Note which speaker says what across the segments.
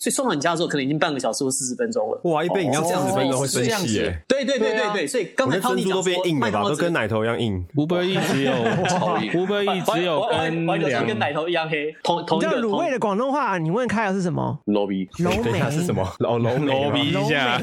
Speaker 1: 所以送到你家的时候，可能已经半个小时或四十分钟了。
Speaker 2: 哇，一杯饮料
Speaker 3: 哦
Speaker 2: 四十分钟会生
Speaker 3: 是这样
Speaker 2: 气
Speaker 3: 子
Speaker 2: 耶！
Speaker 1: 对对对
Speaker 3: 对
Speaker 1: 对
Speaker 3: 啊
Speaker 1: 对，所以刚
Speaker 2: 我
Speaker 1: 才
Speaker 2: 的珍
Speaker 1: Tony
Speaker 2: 珠
Speaker 1: 讲
Speaker 2: 都变
Speaker 1: 说
Speaker 2: 硬
Speaker 1: 麦
Speaker 2: 了吧，
Speaker 1: 当劳
Speaker 2: 都
Speaker 1: 只
Speaker 2: 跟奶头一样硬。
Speaker 4: Uber E 只有 Uber E 只有
Speaker 1: 白
Speaker 4: 跟
Speaker 1: 白酒
Speaker 4: 两
Speaker 1: 精跟奶头一样黑，同同一
Speaker 5: 你知道
Speaker 1: 个
Speaker 5: 卤味
Speaker 1: 同
Speaker 5: 的广东话，你问开尔是什么？
Speaker 3: 罗比
Speaker 5: 楼
Speaker 2: 等一
Speaker 5: 梅
Speaker 2: 下是什？么？哦， 龙梅吗
Speaker 4: 罗比一下，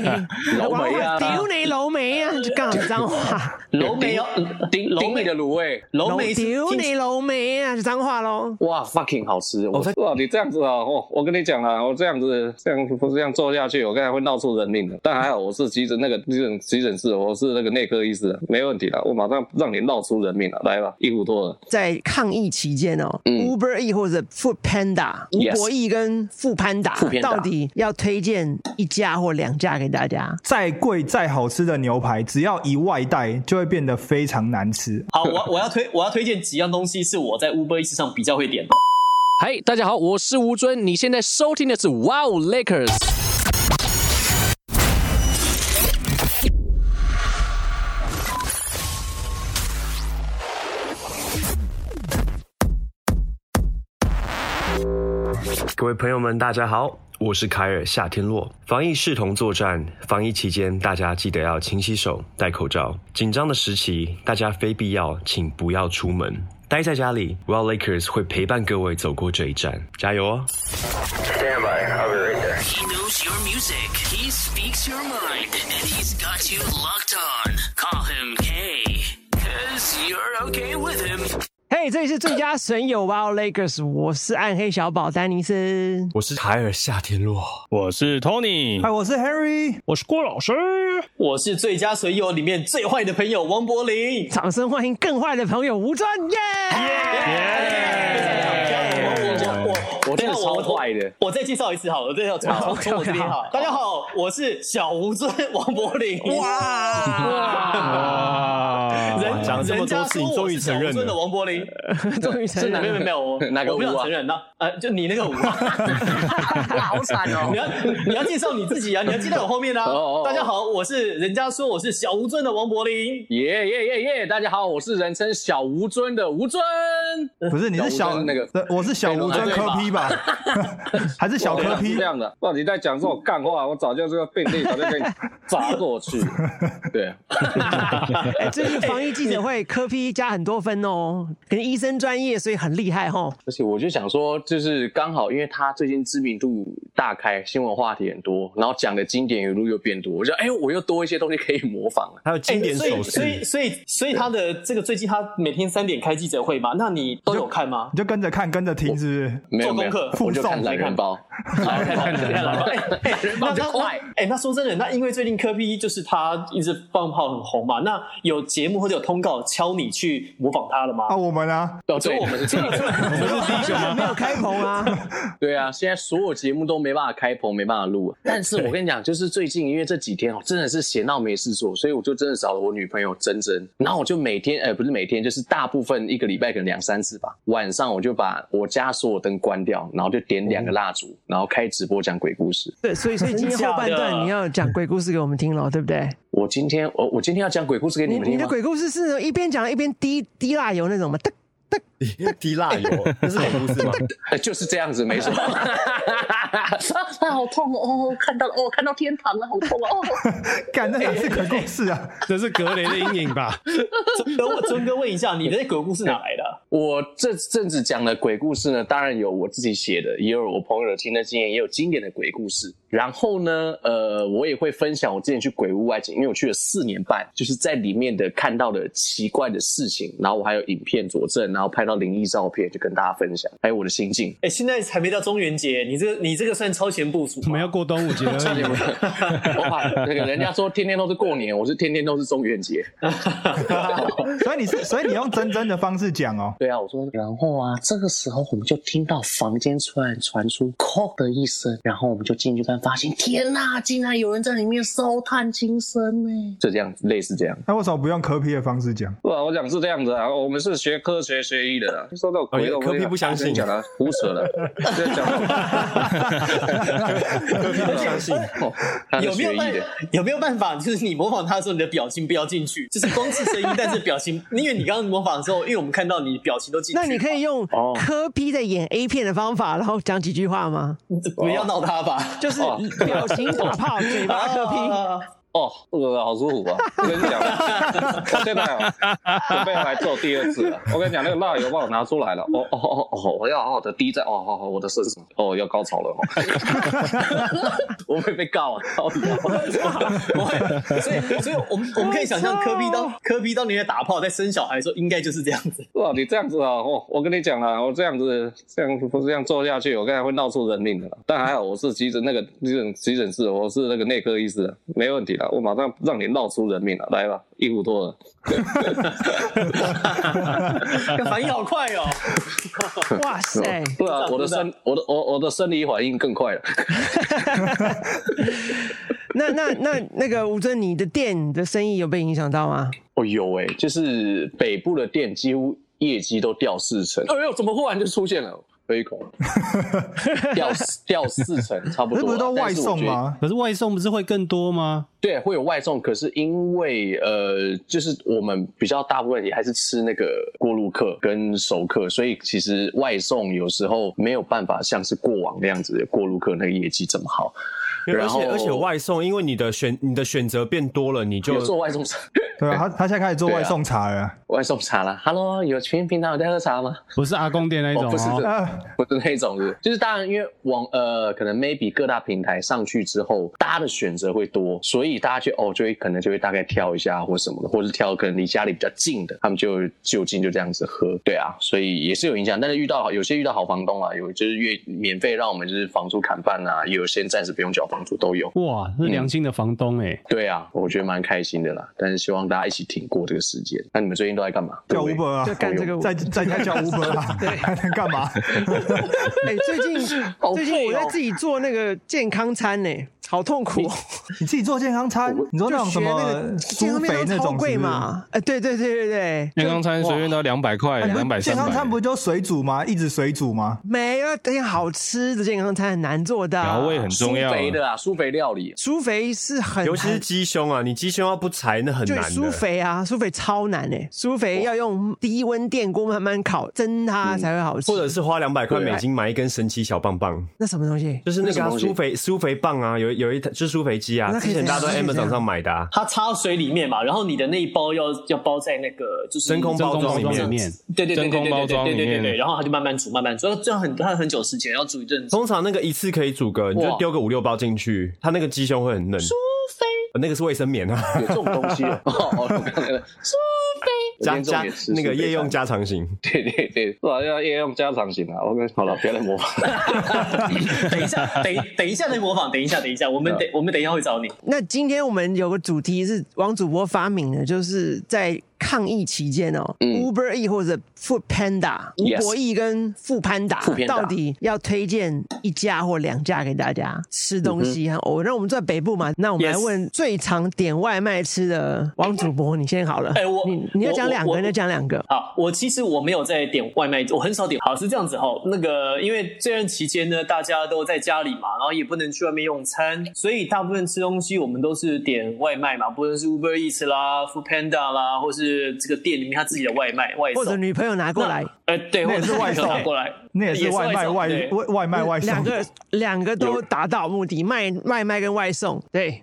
Speaker 5: 楼
Speaker 1: 龙梅啊
Speaker 5: 屌你楼梅啊！就刚好脏话，
Speaker 1: 楼梅哦，顶
Speaker 3: 顶
Speaker 1: 楼
Speaker 3: 你
Speaker 1: 梅
Speaker 3: 的卤味，
Speaker 1: 楼梅是
Speaker 5: 屌你楼梅啊！就脏话喽。
Speaker 3: 哇，fucking 好吃！我
Speaker 2: 哦在
Speaker 3: 哇，你这样子啊，哦，我跟你讲啦，我这样子这样不是这样做下去，我刚才会闹出人命的。但还好我是急诊那个急诊急诊室，我是那个内科医师，没问题的，我马上让你闹出人命了。来吧， 一虎多了，
Speaker 5: 在抗疫期间哦、
Speaker 3: 嗯
Speaker 5: u b e r E 或者 Food Panda、
Speaker 3: Yes
Speaker 5: 吴博弈跟 Food Panda 到底要推荐一家或两家给大家？
Speaker 6: 再贵再好吃的牛排，只要一外带，就会变得非常难吃。
Speaker 1: 好，我我要推我要推荐几样东西是我在 Uber Eats 上比较会点的。
Speaker 7: 嗨，大家好，我是吴尊，你现在收听的是 Wow Lakers。
Speaker 2: 各位朋友们，大家好，我是凯尔夏天洛。防疫视同作战，防疫期间大家记得要勤洗手、戴口罩。紧张的时期，大家非必要请不要出门，待在家里。w e l l Lakers 会陪伴各位走过这一站，加油哦！
Speaker 8: He knows your music. He speaks your mind. And he's got you locked on. Call him K. Cause you're okay with him.
Speaker 5: 嘿、这里是最佳损友吧哦 Lakers，我是暗黑小宝丹尼斯。
Speaker 2: 我是凯尔夏天洛。
Speaker 4: 我是 Tony，
Speaker 6: 嗨，哎我是 Harry，
Speaker 4: 我是郭老师。
Speaker 1: 我是最佳损友里面最坏的朋友王柏林。
Speaker 5: 掌声欢迎更坏的朋友吴尊耶！
Speaker 1: 我我我我
Speaker 3: 真的
Speaker 1: 我
Speaker 3: 超坏的。
Speaker 1: 我再介绍一次好了，我再介绍从从我这边好。大家好，我是小吴尊王柏林。哇！人
Speaker 2: 讲了这么多
Speaker 1: 人家
Speaker 2: 次你
Speaker 1: 说我
Speaker 2: 终于
Speaker 1: 是小
Speaker 2: 承
Speaker 1: 吴
Speaker 2: 认
Speaker 1: 尊的
Speaker 2: 了。
Speaker 1: 王柏林，
Speaker 5: 终于承
Speaker 1: 真的
Speaker 5: 认
Speaker 1: 没有没有没
Speaker 5: 了。
Speaker 1: 有，我
Speaker 3: 哪个
Speaker 1: 我不
Speaker 3: 吴
Speaker 1: 想
Speaker 3: 啊
Speaker 1: 承认。那呃，就你那个吴啊，
Speaker 8: 好惨哦
Speaker 1: 你要你要介绍你自己啊，你要介绍我后面啊
Speaker 3: 哦哦哦。
Speaker 1: 大家好，我是人家说我是小吴尊的王柏林。
Speaker 3: 耶耶耶耶！大家好，我是人称小吴尊的吴尊。
Speaker 6: 不是你是
Speaker 3: 小吴
Speaker 6: 小
Speaker 3: 尊那个
Speaker 6: 对我是小吴尊科批 吧？还是小科
Speaker 3: 哇是
Speaker 6: 批
Speaker 3: 这？样的，哇！你在讲这种干话，我早就是个病例，早就给你砸过 去。对，
Speaker 5: 哎、最近防疫记者会科批加很多分哦，可能医生专业，所以很厉害哦。
Speaker 3: 而且我就想说，就是刚好，因为他最近知名度大开，新闻话题很多，然后讲的经典语录又变多，我就哎、我又多一些东西可以模仿了。
Speaker 2: 还有经典
Speaker 1: 哎所以
Speaker 2: 手
Speaker 1: 所以
Speaker 2: 势，
Speaker 1: 所以所以他的这个最近他每天三点开记者会嘛，那你都有看吗？
Speaker 6: 你就跟着看，跟着听，是不是？
Speaker 3: 没
Speaker 1: 做
Speaker 3: 有没
Speaker 1: 功
Speaker 3: 有
Speaker 1: 课，
Speaker 3: 我就看懒人包。
Speaker 1: 来看看看来吧，哎， 那那那，哎，那说真的，那因为最近科比就是他一直放炮很红嘛，那有节目或者有通告敲你去模仿他了吗
Speaker 6: 啊，？我们啊，
Speaker 3: 哦，对，我们是这个。
Speaker 1: 我们是第一个吗？
Speaker 5: 没有开棚啊，
Speaker 3: 对啊，现在所有节目都没办法开棚，没办法录。啊但是我跟你讲，就是最近因为这几天哦，真的是闲到没事做，所以我就真的找了我女朋友珍珍，然后我就每天，呃，不是每天，就是大部分一个礼拜可能两三次吧。晚上我就把我家所有灯关掉，然后就点两
Speaker 5: 哦
Speaker 3: 个蜡烛，然后开直播讲鬼故事。
Speaker 5: 对，所以所以今天后半
Speaker 1: 真假的
Speaker 5: 段你要讲鬼故事给我们听了，对不对？
Speaker 3: 我今天，我我今天要讲鬼故事给你
Speaker 5: 你
Speaker 3: 们
Speaker 5: 你
Speaker 3: 听
Speaker 5: 的
Speaker 3: 吗？
Speaker 5: 鬼故事是一边讲一边滴滴蜡油那种吗？噔
Speaker 2: 滴蜡油，这是鬼故事吗？
Speaker 3: 呃 就是这样子，没错。
Speaker 8: 好痛哦！看到了哦，看到天堂了，好痛哦！
Speaker 6: 干那哪是鬼故事啊？
Speaker 4: 这是格雷的阴影吧？
Speaker 1: 等我 尊哥问一下，你的那鬼故事哪来 的？
Speaker 3: 我这阵子讲的鬼故事呢，当然有我自己写的，也有我朋友的亲身经验，也有经典的鬼故事。然后呢，呃，我也会分享我之前去鬼屋外景，因为我去了四年半，就是在里面的看到的奇怪的事情，然后我还有影片佐证，然后拍到灵异照片，就跟大家分享，还有我的心境。
Speaker 1: 哎，现在还没到中元节，你这你这个算超前部署吗？
Speaker 4: 我们要过端午节而已。
Speaker 3: 我把那个人家说天天都是过年，我是天天都是中元节。
Speaker 6: 所以你是，所以你用真真的方式讲哦。
Speaker 3: 对啊，我说，然后啊，这个时候我们就听到房间突然传出“哐”的一声，然后我们就进去看，发现天呐，竟然有人在里面烧炭轻生呢！就这样子，类似这样。
Speaker 6: 那为什么不用科批的方式讲？
Speaker 3: 哇，我讲是这样子啊，我们是学科学学医的、啊，说到
Speaker 2: 哦
Speaker 3: 鬼
Speaker 2: 有
Speaker 3: 我
Speaker 2: 科比
Speaker 3: 跟你
Speaker 2: 不相信
Speaker 3: 讲了，胡扯了，这讲到不相信，哦他
Speaker 1: 有
Speaker 3: 是
Speaker 1: 没
Speaker 3: 学
Speaker 1: 有
Speaker 3: 艺
Speaker 1: 办
Speaker 3: 的。
Speaker 1: 有没有办法？就是你模仿他的时候，你的表情不要进去，就是光是 声音，但是表情，因为你刚刚模仿的时候，因为我们看到你表情都进去，
Speaker 5: 那你可以用
Speaker 3: 哦
Speaker 5: 科批在演 A 片的方法，然后讲几句话吗？
Speaker 1: 以不要闹他吧？
Speaker 5: 就是
Speaker 3: 哦
Speaker 5: 表情哦打炮，嘴巴科批。
Speaker 1: 啊
Speaker 3: 哦，呃，好舒服啊！我跟你讲，我现在啊准备来做第二次了。我跟你讲，那个辣油帮我拿出来了。哦哦哦哦，我要好好的滴在哦，好好我的身上。哦，要高潮了哦！我会被告啊！靠腰
Speaker 1: 不会，所以所以我们我们可以想象科比当科比当年在打炮，在生小孩的时候，应该就是这样子。
Speaker 3: 哇，你这样子啊，哦，我跟你讲啦，我这样子这样不是这样做下去，我刚才会闹出人命的啦。但还好我是急诊那个急诊急诊室，我是那个内科医师，啊没问题的，我马上让你闹出人命了。来吧，一壶多了。
Speaker 1: 反应好快哦！
Speaker 5: 哇塞！
Speaker 3: 对啊，我的生我的我我的生理反应更快了。
Speaker 5: 那那那那个吴尊，你的店的生意有被影响到吗？
Speaker 3: 哦，有哎、就是北部的店几乎业绩都掉四成。哎呦，怎么忽然就出现了？喝一 口，掉四掉四成，差不
Speaker 6: 可
Speaker 3: 多
Speaker 6: 是不
Speaker 3: 啦。
Speaker 6: 是都外送
Speaker 3: 但是我觉得
Speaker 6: 吗？
Speaker 4: 可是外送不是会更多吗？
Speaker 3: 对，会有外送，可是因为呃，就是我们比较大部分也还是吃那个过路客跟熟客，所以其实外送有时候没有办法像是过往那样子的过路客那个业绩这么好。
Speaker 2: 因为而
Speaker 3: 然后
Speaker 2: 且而且外送，因为你的选你的选择变多了，你就
Speaker 3: 有做外送茶，
Speaker 6: 对啊，他他现在开始做
Speaker 3: 对啊
Speaker 6: 外送茶了。
Speaker 3: 外送茶啦。Hello，有群平常有在喝茶吗？
Speaker 4: 不是阿公店那一
Speaker 3: 哦，
Speaker 4: 种
Speaker 3: 不是这
Speaker 4: 哦。
Speaker 6: 啊，
Speaker 3: 不是那种的，就是当然，因为网呃，可能 maybe 各大平台上去之后，大家的选择会多，所以大家就哦，就会可能就会大概挑一下或什么的，或是挑可能离家里比较近的，他们就就近就这样子喝，对啊，所以也是有影响。但是遇到好有些遇到好房东啊，有就是月免费让我们就是房租砍半啊，也有些暂时不用缴房租都有，
Speaker 4: 哇，是良心的房东哎、
Speaker 3: 对啊，我觉得蛮开心的啦。但是希望大家一起挺过这个时间。那你们最近都在干嘛？
Speaker 6: 叫
Speaker 3: 各位
Speaker 6: Uber 啊
Speaker 5: 就，干这个。
Speaker 6: 在在家叫 Uber 啊，还能 干嘛？
Speaker 5: 哎，最近
Speaker 3: 好
Speaker 5: 最近我
Speaker 3: 废哦
Speaker 5: 在自己做那个健康餐呢，好痛苦哦。
Speaker 6: 你自己做健康餐，你说那
Speaker 5: 就
Speaker 6: 种
Speaker 5: 学那
Speaker 6: 什么
Speaker 5: 个健
Speaker 6: 苏
Speaker 5: 康
Speaker 6: 肥
Speaker 5: 面
Speaker 6: 那
Speaker 5: 都超
Speaker 6: 种
Speaker 5: 贵
Speaker 6: 是不是？
Speaker 5: 嘛？哎，对对对对对，
Speaker 4: 健康餐随便都两百块，
Speaker 6: 啊你
Speaker 4: 两
Speaker 6: 不
Speaker 4: 百
Speaker 6: 健
Speaker 4: 三
Speaker 6: 康
Speaker 4: 百
Speaker 6: 餐。不就水煮吗？一直水煮吗？
Speaker 5: 没有，等一下好吃的健康餐很难做到。
Speaker 4: 调味很重要
Speaker 3: 苏，肥的啊，苏肥料理。
Speaker 5: 苏肥是很
Speaker 2: 尤其是鸡胸啊，你鸡胸要不柴那很
Speaker 5: 就
Speaker 2: 难
Speaker 5: 苏
Speaker 2: 的。
Speaker 5: 肥啊，苏肥超难诶、苏肥要用低温电锅慢慢烤蒸它才会好吃。
Speaker 2: 或者是花两百块美金买一根神奇小棒棒，
Speaker 5: 那什么东西？
Speaker 2: 就是那个啊
Speaker 3: 那什么东西
Speaker 2: 苏肥苏肥棒啊，有有一就是苏肥鸡啊，
Speaker 5: 那可
Speaker 2: 之
Speaker 5: 以
Speaker 2: 前大家都在
Speaker 5: 怎样
Speaker 2: Amazon 上买的啊，
Speaker 1: 它插到水里面嘛，然后你的那一包要要包在那个就是
Speaker 2: 真空包装里面
Speaker 4: 真空包装里面
Speaker 1: 对对对对
Speaker 4: 真空包
Speaker 1: 对对
Speaker 4: 装里
Speaker 1: 对对
Speaker 4: 面
Speaker 1: 对对，然后它就慢慢煮慢慢煮，要这样很它很久时间，要煮一阵子。
Speaker 2: 通常那个一次可以煮个，你就
Speaker 3: 哇
Speaker 2: 丢个五六包进去，它那个鸡胸会很嫩。苏肥，那个是卫生棉啊，
Speaker 3: 有这种东 西哦，哦，我看那个苏菲
Speaker 2: 家家那个夜用，家常型。
Speaker 3: 对对对，哇，要夜用家常型啊！我跟好了，不要再模仿了。
Speaker 1: 等一下，等等一下再模仿，等一下等一下，我们等我们等一下会找你。
Speaker 5: 那今天我们有个主题是王主播发明的，就是在抗疫期间哦、
Speaker 3: 嗯
Speaker 5: u b e r E 或者 Food Panda、吴
Speaker 3: Yes
Speaker 5: 博义跟富潘达
Speaker 3: Foodpanda
Speaker 5: 到底要推荐一家或两家给大家吃东西啊？哦，那我们在北部嘛，那我们来
Speaker 1: Yes
Speaker 5: 问最常点外卖吃的王主播，你先好了。
Speaker 1: 哎我
Speaker 5: 你你要
Speaker 1: 我
Speaker 5: 讲
Speaker 1: 我
Speaker 5: 两个，
Speaker 1: 我
Speaker 5: 你要讲两个。
Speaker 1: 好，我其实我没有在点外卖，我很少点。好，是这样子哈、那个因为这段期间呢，大家都在家里嘛，然后也不能去外面用餐，所以大部分吃东西我们都是点外卖嘛，不论是 Uber Eats 啦、Food Panda 啦，或是这个店里面他自己的外卖外送
Speaker 5: 或者女朋友拿过来，
Speaker 1: 呃，对，
Speaker 6: 那也是
Speaker 1: 或者
Speaker 6: 外送
Speaker 1: 拿过来，
Speaker 6: 那也是外卖
Speaker 1: 送
Speaker 6: 外
Speaker 1: 对
Speaker 6: 外外卖外送
Speaker 5: 两，个两个都达到目的，卖外卖跟外送，对，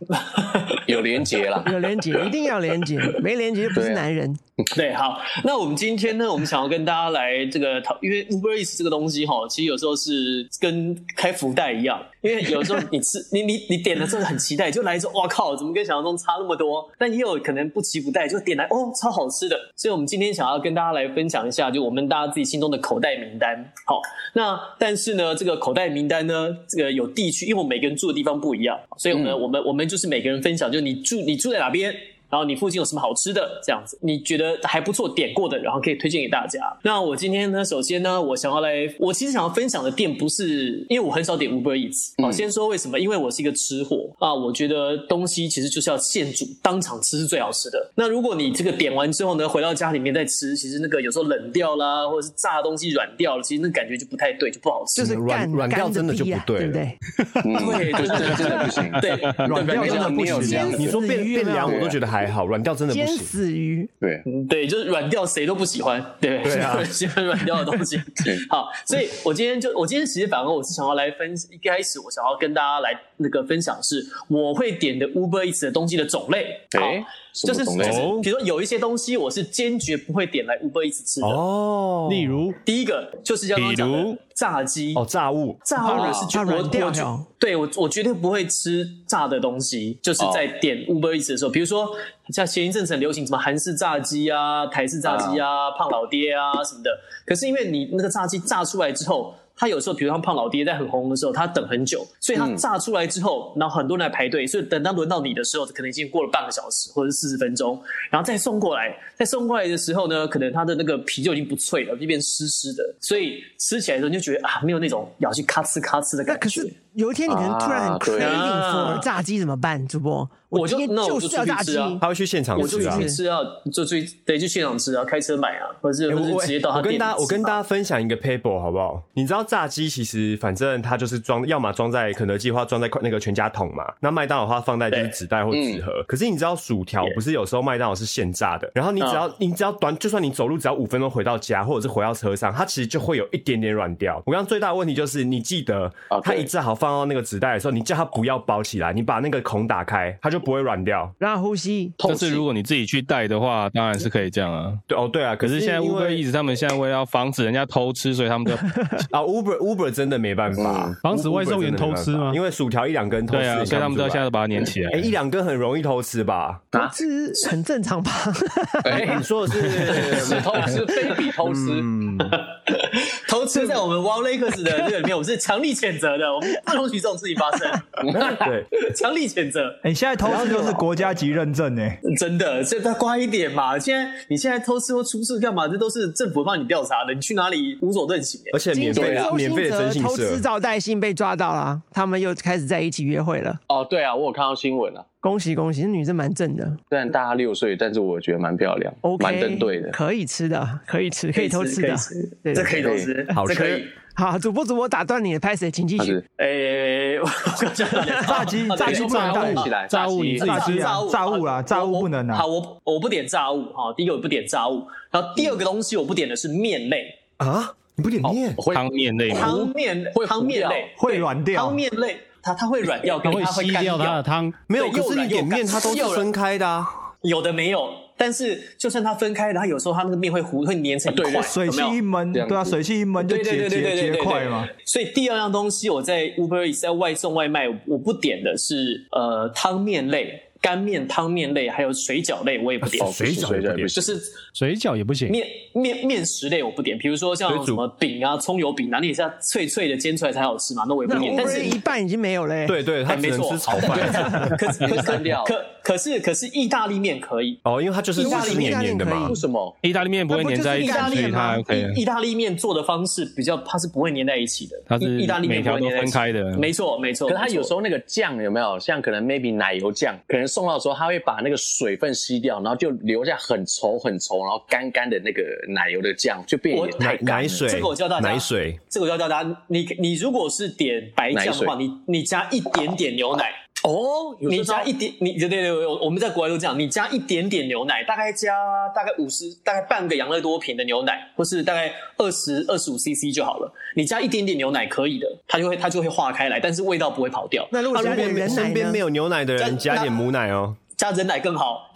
Speaker 3: 有连结 啦，
Speaker 5: 有连结，一定要连结，没连结就不是
Speaker 3: 对啊
Speaker 5: 男人。
Speaker 1: 对，好，那我们今天呢，我们想要跟大家来这个讨，因为 Uber Eats 这个东西哈，其实有时候是跟开福袋一样，因为有时候你吃你你你点了之后很期待，就来一种哇靠，怎么跟想象中差那么多？但也有可能不期不待，就点来哦超好吃的。所以我们今天想要跟大家来分享一下，就我们大家自己心中的口袋名单。好，那但是呢，这个口袋名单呢，这个有地区，因为我们每个人住的地方不一样，所以我们、
Speaker 3: 嗯
Speaker 1: 我们我们就是每个人分享，就你住你住在哪边。然后你附近有什么好吃的，这样子你觉得还不错点过的，然后可以推荐给大家。那我今天呢，首先呢，我想要来，我其实想要分享的店不是，因为我很少点 Uber Eats。好、先说为什么，因为我是一个吃货啊，我觉得东西其实就是要现煮，当场吃是最好吃的。那如果你这个点完之后呢，回到家里面再吃，其实那个有时候冷掉啦，或者是炸的东西软掉了，其实那感觉就不太对，就不好吃。
Speaker 5: 就是干
Speaker 9: 嗯软软掉
Speaker 5: 干
Speaker 9: 真的就
Speaker 5: 逼啊
Speaker 9: 不对
Speaker 5: 对不
Speaker 9: 了
Speaker 5: 对？
Speaker 3: 嗯
Speaker 1: 对，就是
Speaker 3: 真的真的不行。
Speaker 1: 对，
Speaker 6: 软
Speaker 1: 对
Speaker 6: 掉
Speaker 1: 没错
Speaker 6: 真的不
Speaker 3: 没有这样
Speaker 6: 行啊
Speaker 3: 子。
Speaker 9: 你说变
Speaker 5: 死鱼
Speaker 9: 变
Speaker 5: 有没有
Speaker 9: 凉我都觉得还好，软掉真的不
Speaker 5: 煎
Speaker 9: 行。
Speaker 5: 死鱼，
Speaker 3: 对，
Speaker 1: 对，就是软掉谁都不喜欢，对，
Speaker 9: 对啊
Speaker 1: 喜欢软掉的东西
Speaker 3: 对。
Speaker 1: 好，所以我今天就我今天其实反而我是想要来分，一开始我想要跟大家来那个分享是我会点的 Uber Eats 的东西的种类。好
Speaker 3: 哎，什
Speaker 1: 就
Speaker 3: 么
Speaker 1: 是
Speaker 3: 种
Speaker 1: 就
Speaker 3: 类？
Speaker 1: 是，比如说有一些东西我是坚决不会点来 Uber Eats 吃的。
Speaker 9: 哦，
Speaker 4: 例如
Speaker 1: 第一个就是刚刚讲
Speaker 4: 比
Speaker 1: 的
Speaker 4: 如
Speaker 1: 炸鸡
Speaker 9: 哦，炸物
Speaker 1: 炸我是绝
Speaker 5: 怕
Speaker 1: 我
Speaker 5: 软掉
Speaker 1: 我绝
Speaker 5: 掉
Speaker 1: 对我我绝对不会吃炸的东西，就是在
Speaker 5: 哦
Speaker 1: 点 Uber Eats 的时候，比如说像前一阵子很流行什么韩式炸鸡啊、台式炸鸡啊、胖老爹啊什么的，可是因为你那个炸鸡炸出来之后。他有时候，比如像胖老爹在很红的时候，他等很久，所
Speaker 5: 嗯
Speaker 1: 以他炸出来之后，然后很多人来排队，所以等到轮到你的时候，可能已经过了半个小时或者四十分钟，然后再送过来，再送过来的时候呢，可能它的那个皮就已经不脆了，就变湿湿的，所以吃起来的时候你就觉得啊，没有那种咬去咔哧咔哧的
Speaker 5: 那
Speaker 1: 感
Speaker 5: 可
Speaker 1: 觉
Speaker 5: 是。有一天你可能突然很
Speaker 3: 啊对
Speaker 5: craving
Speaker 1: 啊
Speaker 5: for 炸鸡怎么办？主播，
Speaker 1: 我
Speaker 5: 今
Speaker 1: 就
Speaker 5: 天
Speaker 1: 那我
Speaker 5: 是
Speaker 1: 就出
Speaker 5: 要
Speaker 1: 去
Speaker 5: 炸鸡
Speaker 1: 吃，啊
Speaker 9: 他会去现场
Speaker 1: 我就
Speaker 9: 吃
Speaker 1: 去
Speaker 9: 啊。
Speaker 1: 吃啊，就去得去现场吃啊，开车买啊，或者
Speaker 9: 欸
Speaker 1: 或
Speaker 9: 我
Speaker 1: 者
Speaker 9: 我
Speaker 1: 直接到他
Speaker 9: 我
Speaker 1: 店
Speaker 9: 跟
Speaker 1: 里
Speaker 9: 大家
Speaker 1: 吃
Speaker 9: 我跟大
Speaker 1: 啊
Speaker 9: 家分享一个 paper 好不好？你知道炸鸡其实反正它就是装，要么装在肯德基，或装在快那个全家桶嘛。那麦当劳的话放在就是
Speaker 1: 对嗯
Speaker 9: 纸袋或纸盒。可是你知道薯条不是有时候麦当劳是现炸的，然后你只
Speaker 1: 嗯
Speaker 9: 要你只要短，就算你走路只要五分钟回到家，或者是回到车上，它其实就会有一点点软掉。我刚刚最大的问题就是你记得
Speaker 1: 哦
Speaker 3: 啊
Speaker 9: 它
Speaker 3: 对
Speaker 9: 一炸好放到那个纸袋的时候，你叫它不要包起来，你把那个孔打开，它就不会软掉。
Speaker 5: 让它呼吸。
Speaker 3: 痛
Speaker 4: 但是如果你自己去带的话，当然是可以这样啊。
Speaker 9: 对哦，对啊，
Speaker 4: 可是现在
Speaker 9: 因
Speaker 4: Uber
Speaker 9: 为
Speaker 4: Eats 他们现在为了要防止人家偷吃，所以他们就
Speaker 9: 啊，Uber Uber 真的没办法
Speaker 3: 嗯，
Speaker 4: 防止
Speaker 9: Uber
Speaker 4: 外送员偷吃
Speaker 9: 真
Speaker 4: 吗
Speaker 9: 的没办法因为薯条一两根偷吃，
Speaker 4: 对啊，所以他们都要现在把它粘起来。
Speaker 9: 哎一两根很容易偷吃吧？
Speaker 5: 偷吃很正 常吧？
Speaker 9: 哎，你说的是
Speaker 3: 是偷吃，非比偷吃。
Speaker 1: 偷吃在我们 Wow Lakers 的这个里面，我们是强力谴责的，我们不容许这种事情发生，
Speaker 9: 对，
Speaker 1: 强力谴责。
Speaker 6: 哎、现在偷吃都是国家级认证哎、
Speaker 1: 真的，这再乖一点嘛！现在你现在偷吃或出事干嘛？这都是政府帮你调查的，你去哪里无所遁形、欸。
Speaker 9: 而且免费
Speaker 3: 对啊
Speaker 9: 的
Speaker 5: 周
Speaker 9: 免
Speaker 5: 星
Speaker 9: 费的
Speaker 5: 哲
Speaker 9: 征信
Speaker 5: 偷吃
Speaker 9: 社，
Speaker 5: 招待信被抓到啦，他们又开始在一起约会了。
Speaker 3: 哦，对啊，我有看到新闻啊。
Speaker 5: 恭喜恭喜，这女生蛮正的
Speaker 3: 虽然大她六岁，但是我觉得蛮漂亮
Speaker 5: ，OK，
Speaker 3: 蛮登对的。
Speaker 5: 可以吃的，可以吃，可以偷吃的。对
Speaker 1: 这
Speaker 5: 对
Speaker 1: 可以偷吃，
Speaker 9: 好
Speaker 1: 这可
Speaker 9: 吃
Speaker 1: 以。
Speaker 5: 好，主播主播打断你的拍谁，请继
Speaker 3: 但
Speaker 5: 续
Speaker 3: 是。
Speaker 1: 哎、我刚才
Speaker 6: 炸鸡炸鸡不能带
Speaker 3: 起来，
Speaker 4: 炸物你自己
Speaker 6: 炸鸡
Speaker 1: 炸
Speaker 6: 啊
Speaker 1: 物，
Speaker 6: 炸物啦，炸物不能
Speaker 1: 好，
Speaker 6: 啊。
Speaker 1: 我我不点炸物哈。第一个我不点炸物，然后第二个东西我不点的是面类，
Speaker 9: 啊，你不点面
Speaker 3: 会
Speaker 4: 汤面类嘛，
Speaker 1: 汤面类
Speaker 3: 会
Speaker 1: 汤面类
Speaker 6: 会
Speaker 1: 对
Speaker 6: 软掉
Speaker 1: 汤面类它它会软掉，
Speaker 4: 它
Speaker 1: 跟
Speaker 4: 会
Speaker 1: 它会
Speaker 4: 吸
Speaker 1: 干
Speaker 4: 掉它的汤。
Speaker 9: 没有？
Speaker 1: 对
Speaker 9: 可是
Speaker 1: 又软
Speaker 9: 你点
Speaker 1: 又干
Speaker 9: 面它都是
Speaker 1: 又软
Speaker 9: 分开的啊，
Speaker 1: 有的没有，但是就算它分开了，它有时候它那个面会糊，会粘成一块，
Speaker 6: 水
Speaker 1: 有
Speaker 6: 汽
Speaker 1: 没有
Speaker 6: 一闷，
Speaker 3: 这样子
Speaker 6: 对啊，水汽一闷就
Speaker 1: 对对
Speaker 6: 结
Speaker 1: 对对对
Speaker 6: 结
Speaker 1: 对
Speaker 6: 结
Speaker 1: 对
Speaker 6: 块嘛。。
Speaker 1: 所以第二样东西，我在 Uber Eats 在外送外卖，我不点的是呃汤面类、干面、汤面类，还有水饺类，我也不点。
Speaker 4: 啊
Speaker 9: 哦水饺
Speaker 3: 水
Speaker 9: 也不
Speaker 3: 饺
Speaker 9: 点
Speaker 3: 也不
Speaker 1: 就
Speaker 3: 行。
Speaker 1: 是
Speaker 4: 水饺也不行，
Speaker 1: 面面面食类我不点，比如说
Speaker 9: 水
Speaker 1: 像
Speaker 9: 煮
Speaker 1: 什么饼啊、葱油饼啊，你也是要脆脆的煎出来才好吃嘛，那我也不
Speaker 5: 那
Speaker 1: 点。但
Speaker 5: 不
Speaker 1: 是
Speaker 5: 是一半已经没有欸嘞？
Speaker 9: 对对，它
Speaker 1: 哎
Speaker 9: 只
Speaker 1: 没
Speaker 9: 能
Speaker 1: 错
Speaker 9: 吃炒饭
Speaker 1: 可是可是
Speaker 3: 删掉
Speaker 1: 可可是可是意大利面可以，
Speaker 9: 哦，因为它就是
Speaker 5: 意大利
Speaker 9: 是黏黏的
Speaker 5: 意大利
Speaker 9: 嘛
Speaker 5: 可
Speaker 3: 为。什么？
Speaker 4: 意大利面不会粘在一起，
Speaker 5: 那不
Speaker 4: 所
Speaker 5: 就是
Speaker 4: 以它
Speaker 5: 意大利面吗
Speaker 4: OK 了。
Speaker 1: 意意大利面做的方式比较，它是不会粘在一起的。
Speaker 4: 它是
Speaker 1: 意意大利面
Speaker 4: 每条
Speaker 1: 不会粘在一起
Speaker 4: 都分开的
Speaker 1: 没错没错。
Speaker 3: 可是它有时
Speaker 1: 候
Speaker 3: 候那个酱有没有像可能 maybe 奶油酱，可能送到的时候它会把那个水分吸掉，然后就留下很稠很稠，然后干干的那个奶油的酱，就变
Speaker 1: 我
Speaker 3: 也太
Speaker 9: 奶
Speaker 3: 干
Speaker 9: 奶
Speaker 3: 了。
Speaker 9: 水，
Speaker 1: 这个我教大家
Speaker 9: 奶水，
Speaker 1: 这个我要教大家，你你如果是点白酱的话，
Speaker 3: 奶
Speaker 1: 你你加一点点牛奶。
Speaker 3: 哦，有
Speaker 1: 你
Speaker 3: 这招
Speaker 1: 加一点，你对对对，我我们在国外都这样，你加一点点牛奶，大概加大概五十，大概半个养乐多瓶的牛奶，或是大概二十二十五 CC 就好了。你加一点点牛奶可以的，它就会它就会化开来，但是味道不会跑掉。
Speaker 5: 那如
Speaker 9: 他
Speaker 5: 果
Speaker 9: 如
Speaker 5: 加点
Speaker 9: 果
Speaker 5: 人奶
Speaker 9: 身边
Speaker 5: 呢
Speaker 9: 没？有牛奶的人，
Speaker 1: 加
Speaker 9: 加点母奶哦。
Speaker 1: 加人奶更好，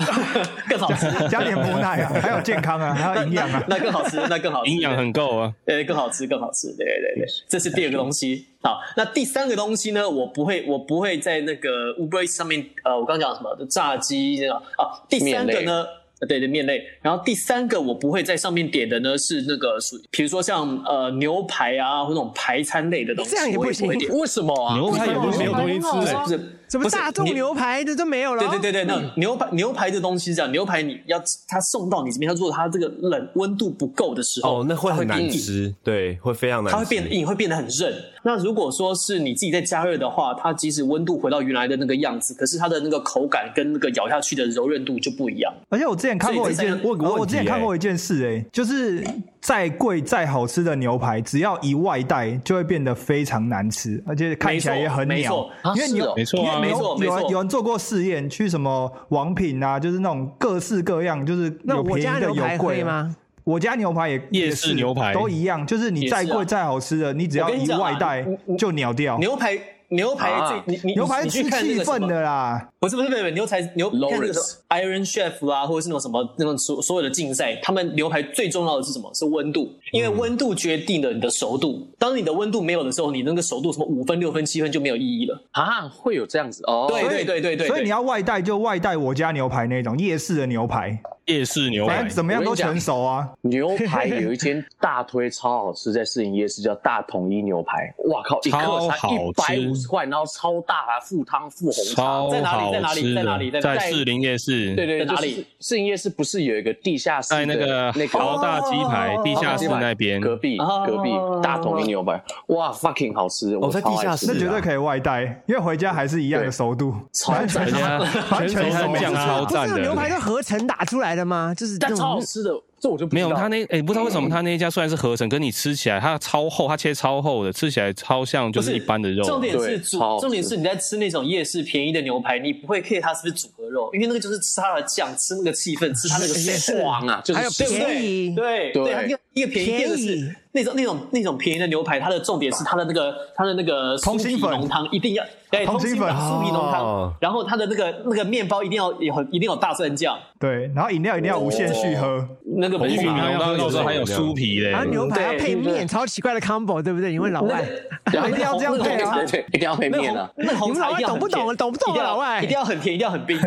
Speaker 1: 更好吃，
Speaker 6: 加点母奶啊，还有健康啊，还有营养啊。
Speaker 1: 那更好吃，那更好吃，
Speaker 4: 营养很够啊，
Speaker 1: 呃，更好吃，更好吃。对对对，这是第二个东西。好，那第三个东西呢？我不会，我不会在那个 Uber Eats 上面，呃，我刚讲什么炸鸡这样啊。第三个呢？呃对对，面类。然后第三个我不会在上面点的呢，是那个属于，比如说像呃牛排啊，或那种排餐类的东西，
Speaker 5: 哎这样也
Speaker 1: 我
Speaker 5: 不
Speaker 1: 不
Speaker 5: 行
Speaker 1: 会点。
Speaker 3: 为什么啊？
Speaker 4: 牛排也不是没有东西吃
Speaker 1: 不
Speaker 4: 哎。
Speaker 1: 是
Speaker 5: 什么
Speaker 1: 不是
Speaker 5: 大众
Speaker 1: 你
Speaker 5: 牛啊排这都没有了。
Speaker 1: 对对对对，那种牛排牛排这东西是这样，牛排你要它送到你这边，它如果它这个冷温度不够的时
Speaker 4: 欸
Speaker 1: 候，
Speaker 9: 哦，那会
Speaker 1: 它
Speaker 9: 很难
Speaker 1: 变硬
Speaker 9: 吃，对，会非常难吃。
Speaker 1: 它会变硬，会变得很韧。那如果说是你自己在加热的话，它即使温度回到原来的那个样子，可是它的那个口感跟那个咬下去的柔韧度就不一样。
Speaker 6: 而且我之前看过一
Speaker 1: 所
Speaker 6: 件
Speaker 1: 以这，三
Speaker 9: 个问个
Speaker 6: 呃
Speaker 9: 问
Speaker 6: 我之前
Speaker 9: 题
Speaker 6: 看
Speaker 9: 欸
Speaker 6: 过一件事、欸，哎，就是再贵再好吃的牛排，只要一外带，就会变得非常难吃，而且看起来也很
Speaker 1: 没
Speaker 6: 鸟
Speaker 1: 错。
Speaker 6: 因为
Speaker 1: 没错
Speaker 6: 你
Speaker 1: 啊是哦
Speaker 4: 没错啊
Speaker 6: 因为
Speaker 1: 没错没
Speaker 6: 有
Speaker 1: 错
Speaker 6: 人有人做过试验，去什么王品啊，就是那种各式各样，就是
Speaker 5: 那
Speaker 6: 有
Speaker 5: 我
Speaker 6: 便
Speaker 5: 家
Speaker 6: 宜的
Speaker 5: 牛排
Speaker 6: 有
Speaker 5: 可以
Speaker 6: 贵的。
Speaker 5: 吗？
Speaker 6: 我家牛排也
Speaker 4: 夜
Speaker 6: 也
Speaker 4: 市
Speaker 6: 是
Speaker 4: 牛排
Speaker 6: 都一样，就是你
Speaker 1: 也是
Speaker 6: 再
Speaker 1: 啊
Speaker 6: 贵再好吃的，你只要
Speaker 1: 我跟你
Speaker 6: 一
Speaker 1: 讲啊
Speaker 6: 外带
Speaker 1: 你你
Speaker 6: 就鸟掉。
Speaker 1: 牛排牛排这、
Speaker 3: 啊
Speaker 1: 你你
Speaker 6: 啊牛排
Speaker 1: 你
Speaker 6: 吃
Speaker 1: 去看那
Speaker 6: 气
Speaker 1: 个什
Speaker 6: 氛
Speaker 1: 么
Speaker 6: 的啦，
Speaker 1: 不是不是不是不是牛排牛你看那个什么 Iron Chef 啊，或者是那种什么那种所所有的竞赛，他们牛排最重要的是什么？是温度，因为温度决定了你的熟度。当你的温度没有的时候，你那个熟度什么五分、六分、七分就没有意义了。
Speaker 3: 啊，会有这样子哦。
Speaker 1: 对对对对对，
Speaker 6: 所以
Speaker 1: 对
Speaker 6: 你要外带就外带我家牛排那种夜市的牛排，
Speaker 4: 夜市牛
Speaker 6: 反
Speaker 4: 排
Speaker 9: 哎
Speaker 6: 正，怎么样都
Speaker 3: 我跟你讲
Speaker 6: 全熟啊。
Speaker 3: 牛排有一间大推超好吃，在市营夜市叫大统一牛排，哇靠，一
Speaker 4: 超
Speaker 3: 克才
Speaker 4: 好
Speaker 3: 一
Speaker 4: 吃
Speaker 3: 百五十块，然后超大还附汤附红茶
Speaker 4: 超。
Speaker 1: 在哪里
Speaker 4: 好
Speaker 1: 在哪里
Speaker 4: 吃
Speaker 1: 在哪里
Speaker 4: 的，
Speaker 1: 在
Speaker 4: 在
Speaker 1: 在
Speaker 4: 士林夜市，
Speaker 3: 对对对，
Speaker 1: 在哪里
Speaker 3: 就是市营夜市不是有一个地下室
Speaker 4: 在
Speaker 3: 的
Speaker 4: 那个
Speaker 3: 那个
Speaker 4: 豪大鸡排地下室那边，
Speaker 3: 隔壁
Speaker 1: 哦
Speaker 3: 隔壁大统一牛排，哇 fucking 好吃，我
Speaker 9: 在
Speaker 3: 超
Speaker 9: 地
Speaker 3: 爱
Speaker 9: 下室
Speaker 3: 吃
Speaker 6: 那
Speaker 9: 是
Speaker 6: 绝
Speaker 9: 啊
Speaker 6: 对可以外带，因为回家还是一样的熟度，完全
Speaker 4: 人家
Speaker 6: 完全
Speaker 4: 全
Speaker 6: 熟
Speaker 4: 手酱超
Speaker 5: 不是
Speaker 4: 赞
Speaker 5: 那
Speaker 4: 的
Speaker 5: 种。牛排都合成打出来的吗？就是那
Speaker 3: 但超好
Speaker 5: 种
Speaker 3: 吃的，这我就不
Speaker 4: 没
Speaker 3: 知
Speaker 4: 有
Speaker 3: 道
Speaker 4: 他那哎、不知道为什么他那一家虽然是合成，跟你吃起来它超厚，它切超厚的，吃起来超像就
Speaker 1: 不
Speaker 4: 是一般的肉。啊
Speaker 1: 重点
Speaker 3: 对
Speaker 1: 是煮
Speaker 3: 超好，吃
Speaker 1: 重点是你在吃那种夜市便宜的牛排，你不会 care 它是不是组合肉，因为那个就是吃它的酱，吃那个气氛，吃它那个
Speaker 5: 是
Speaker 3: 爽啊，就是
Speaker 5: 还有
Speaker 1: 对不
Speaker 5: 便宜
Speaker 1: 对？对
Speaker 3: 对
Speaker 1: 它一个一个便宜，
Speaker 5: 便宜
Speaker 1: 第二个是那种那种那种便宜的牛排，它的重点是它的那个它的那个
Speaker 6: 通
Speaker 1: 酥皮
Speaker 6: 心粉
Speaker 1: 浓汤一定要，对，
Speaker 6: 通
Speaker 1: 通
Speaker 6: 心
Speaker 1: 心
Speaker 6: 粉
Speaker 1: 粉酥皮浓
Speaker 9: 哦
Speaker 1: 汤，然后它的那个那个面包一定要有一定有大蒜酱，
Speaker 6: 对，然后饮料一定要无限续喝，
Speaker 3: 哦
Speaker 1: 那个
Speaker 4: 我玉米
Speaker 3: 啊
Speaker 1: 没办法
Speaker 4: 浓汤有时候还有酥皮嘞、
Speaker 5: 然后啊牛排要
Speaker 1: 对
Speaker 5: 配
Speaker 1: 对
Speaker 5: 面，超奇怪的 combo，对不对？你问老外，
Speaker 3: 然后
Speaker 6: 一定要这样配啊
Speaker 3: 对对，一定要配
Speaker 1: 那
Speaker 3: 面
Speaker 1: 红
Speaker 3: 啊。
Speaker 1: 那红茶一定要很
Speaker 5: 你们老外懂
Speaker 1: 甜
Speaker 5: 不懂懂不
Speaker 1: 一
Speaker 5: 懂啊
Speaker 1: 定要
Speaker 5: 老外
Speaker 1: 一定要很甜，一定要很 冰。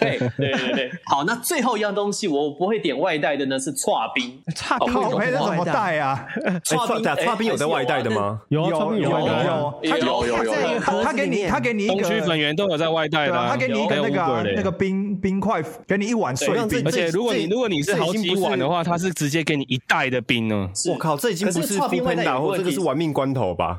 Speaker 1: 对对对对。好，那最后一样东西我不会点外带的呢是串冰。
Speaker 5: 差点
Speaker 6: 靠背那怎么？带啊？
Speaker 9: 哎，
Speaker 1: 串
Speaker 9: 刷
Speaker 1: 冰，
Speaker 9: 打
Speaker 1: 哎
Speaker 9: 刷冰有在外带的？吗？
Speaker 4: 有啊
Speaker 6: 有
Speaker 4: 上面有
Speaker 6: 有
Speaker 4: 外带啊
Speaker 6: 有，
Speaker 1: 还是有
Speaker 3: 有有有有
Speaker 6: 他他给你他给你一
Speaker 4: 东区
Speaker 6: 个
Speaker 4: 粉。圆都有在外带
Speaker 6: 对
Speaker 4: 的、
Speaker 6: 啊，他给你一个
Speaker 4: 还有
Speaker 6: 那个啊
Speaker 4: Uber 嘞
Speaker 6: 那个冰冰块，给你一碗碎
Speaker 9: 对
Speaker 6: 冰
Speaker 9: 这
Speaker 4: 而，且如果你
Speaker 9: 这
Speaker 4: 如果你是好几碗的话，它是直接给你一袋的冰哦呢。
Speaker 1: 是
Speaker 9: 我靠，这已经不
Speaker 1: 可是
Speaker 9: 是
Speaker 1: 串
Speaker 9: 冰
Speaker 1: 冰外带
Speaker 9: 打
Speaker 1: 有
Speaker 9: 或
Speaker 1: 问
Speaker 9: 这
Speaker 1: 题
Speaker 9: 个是玩命关头吧？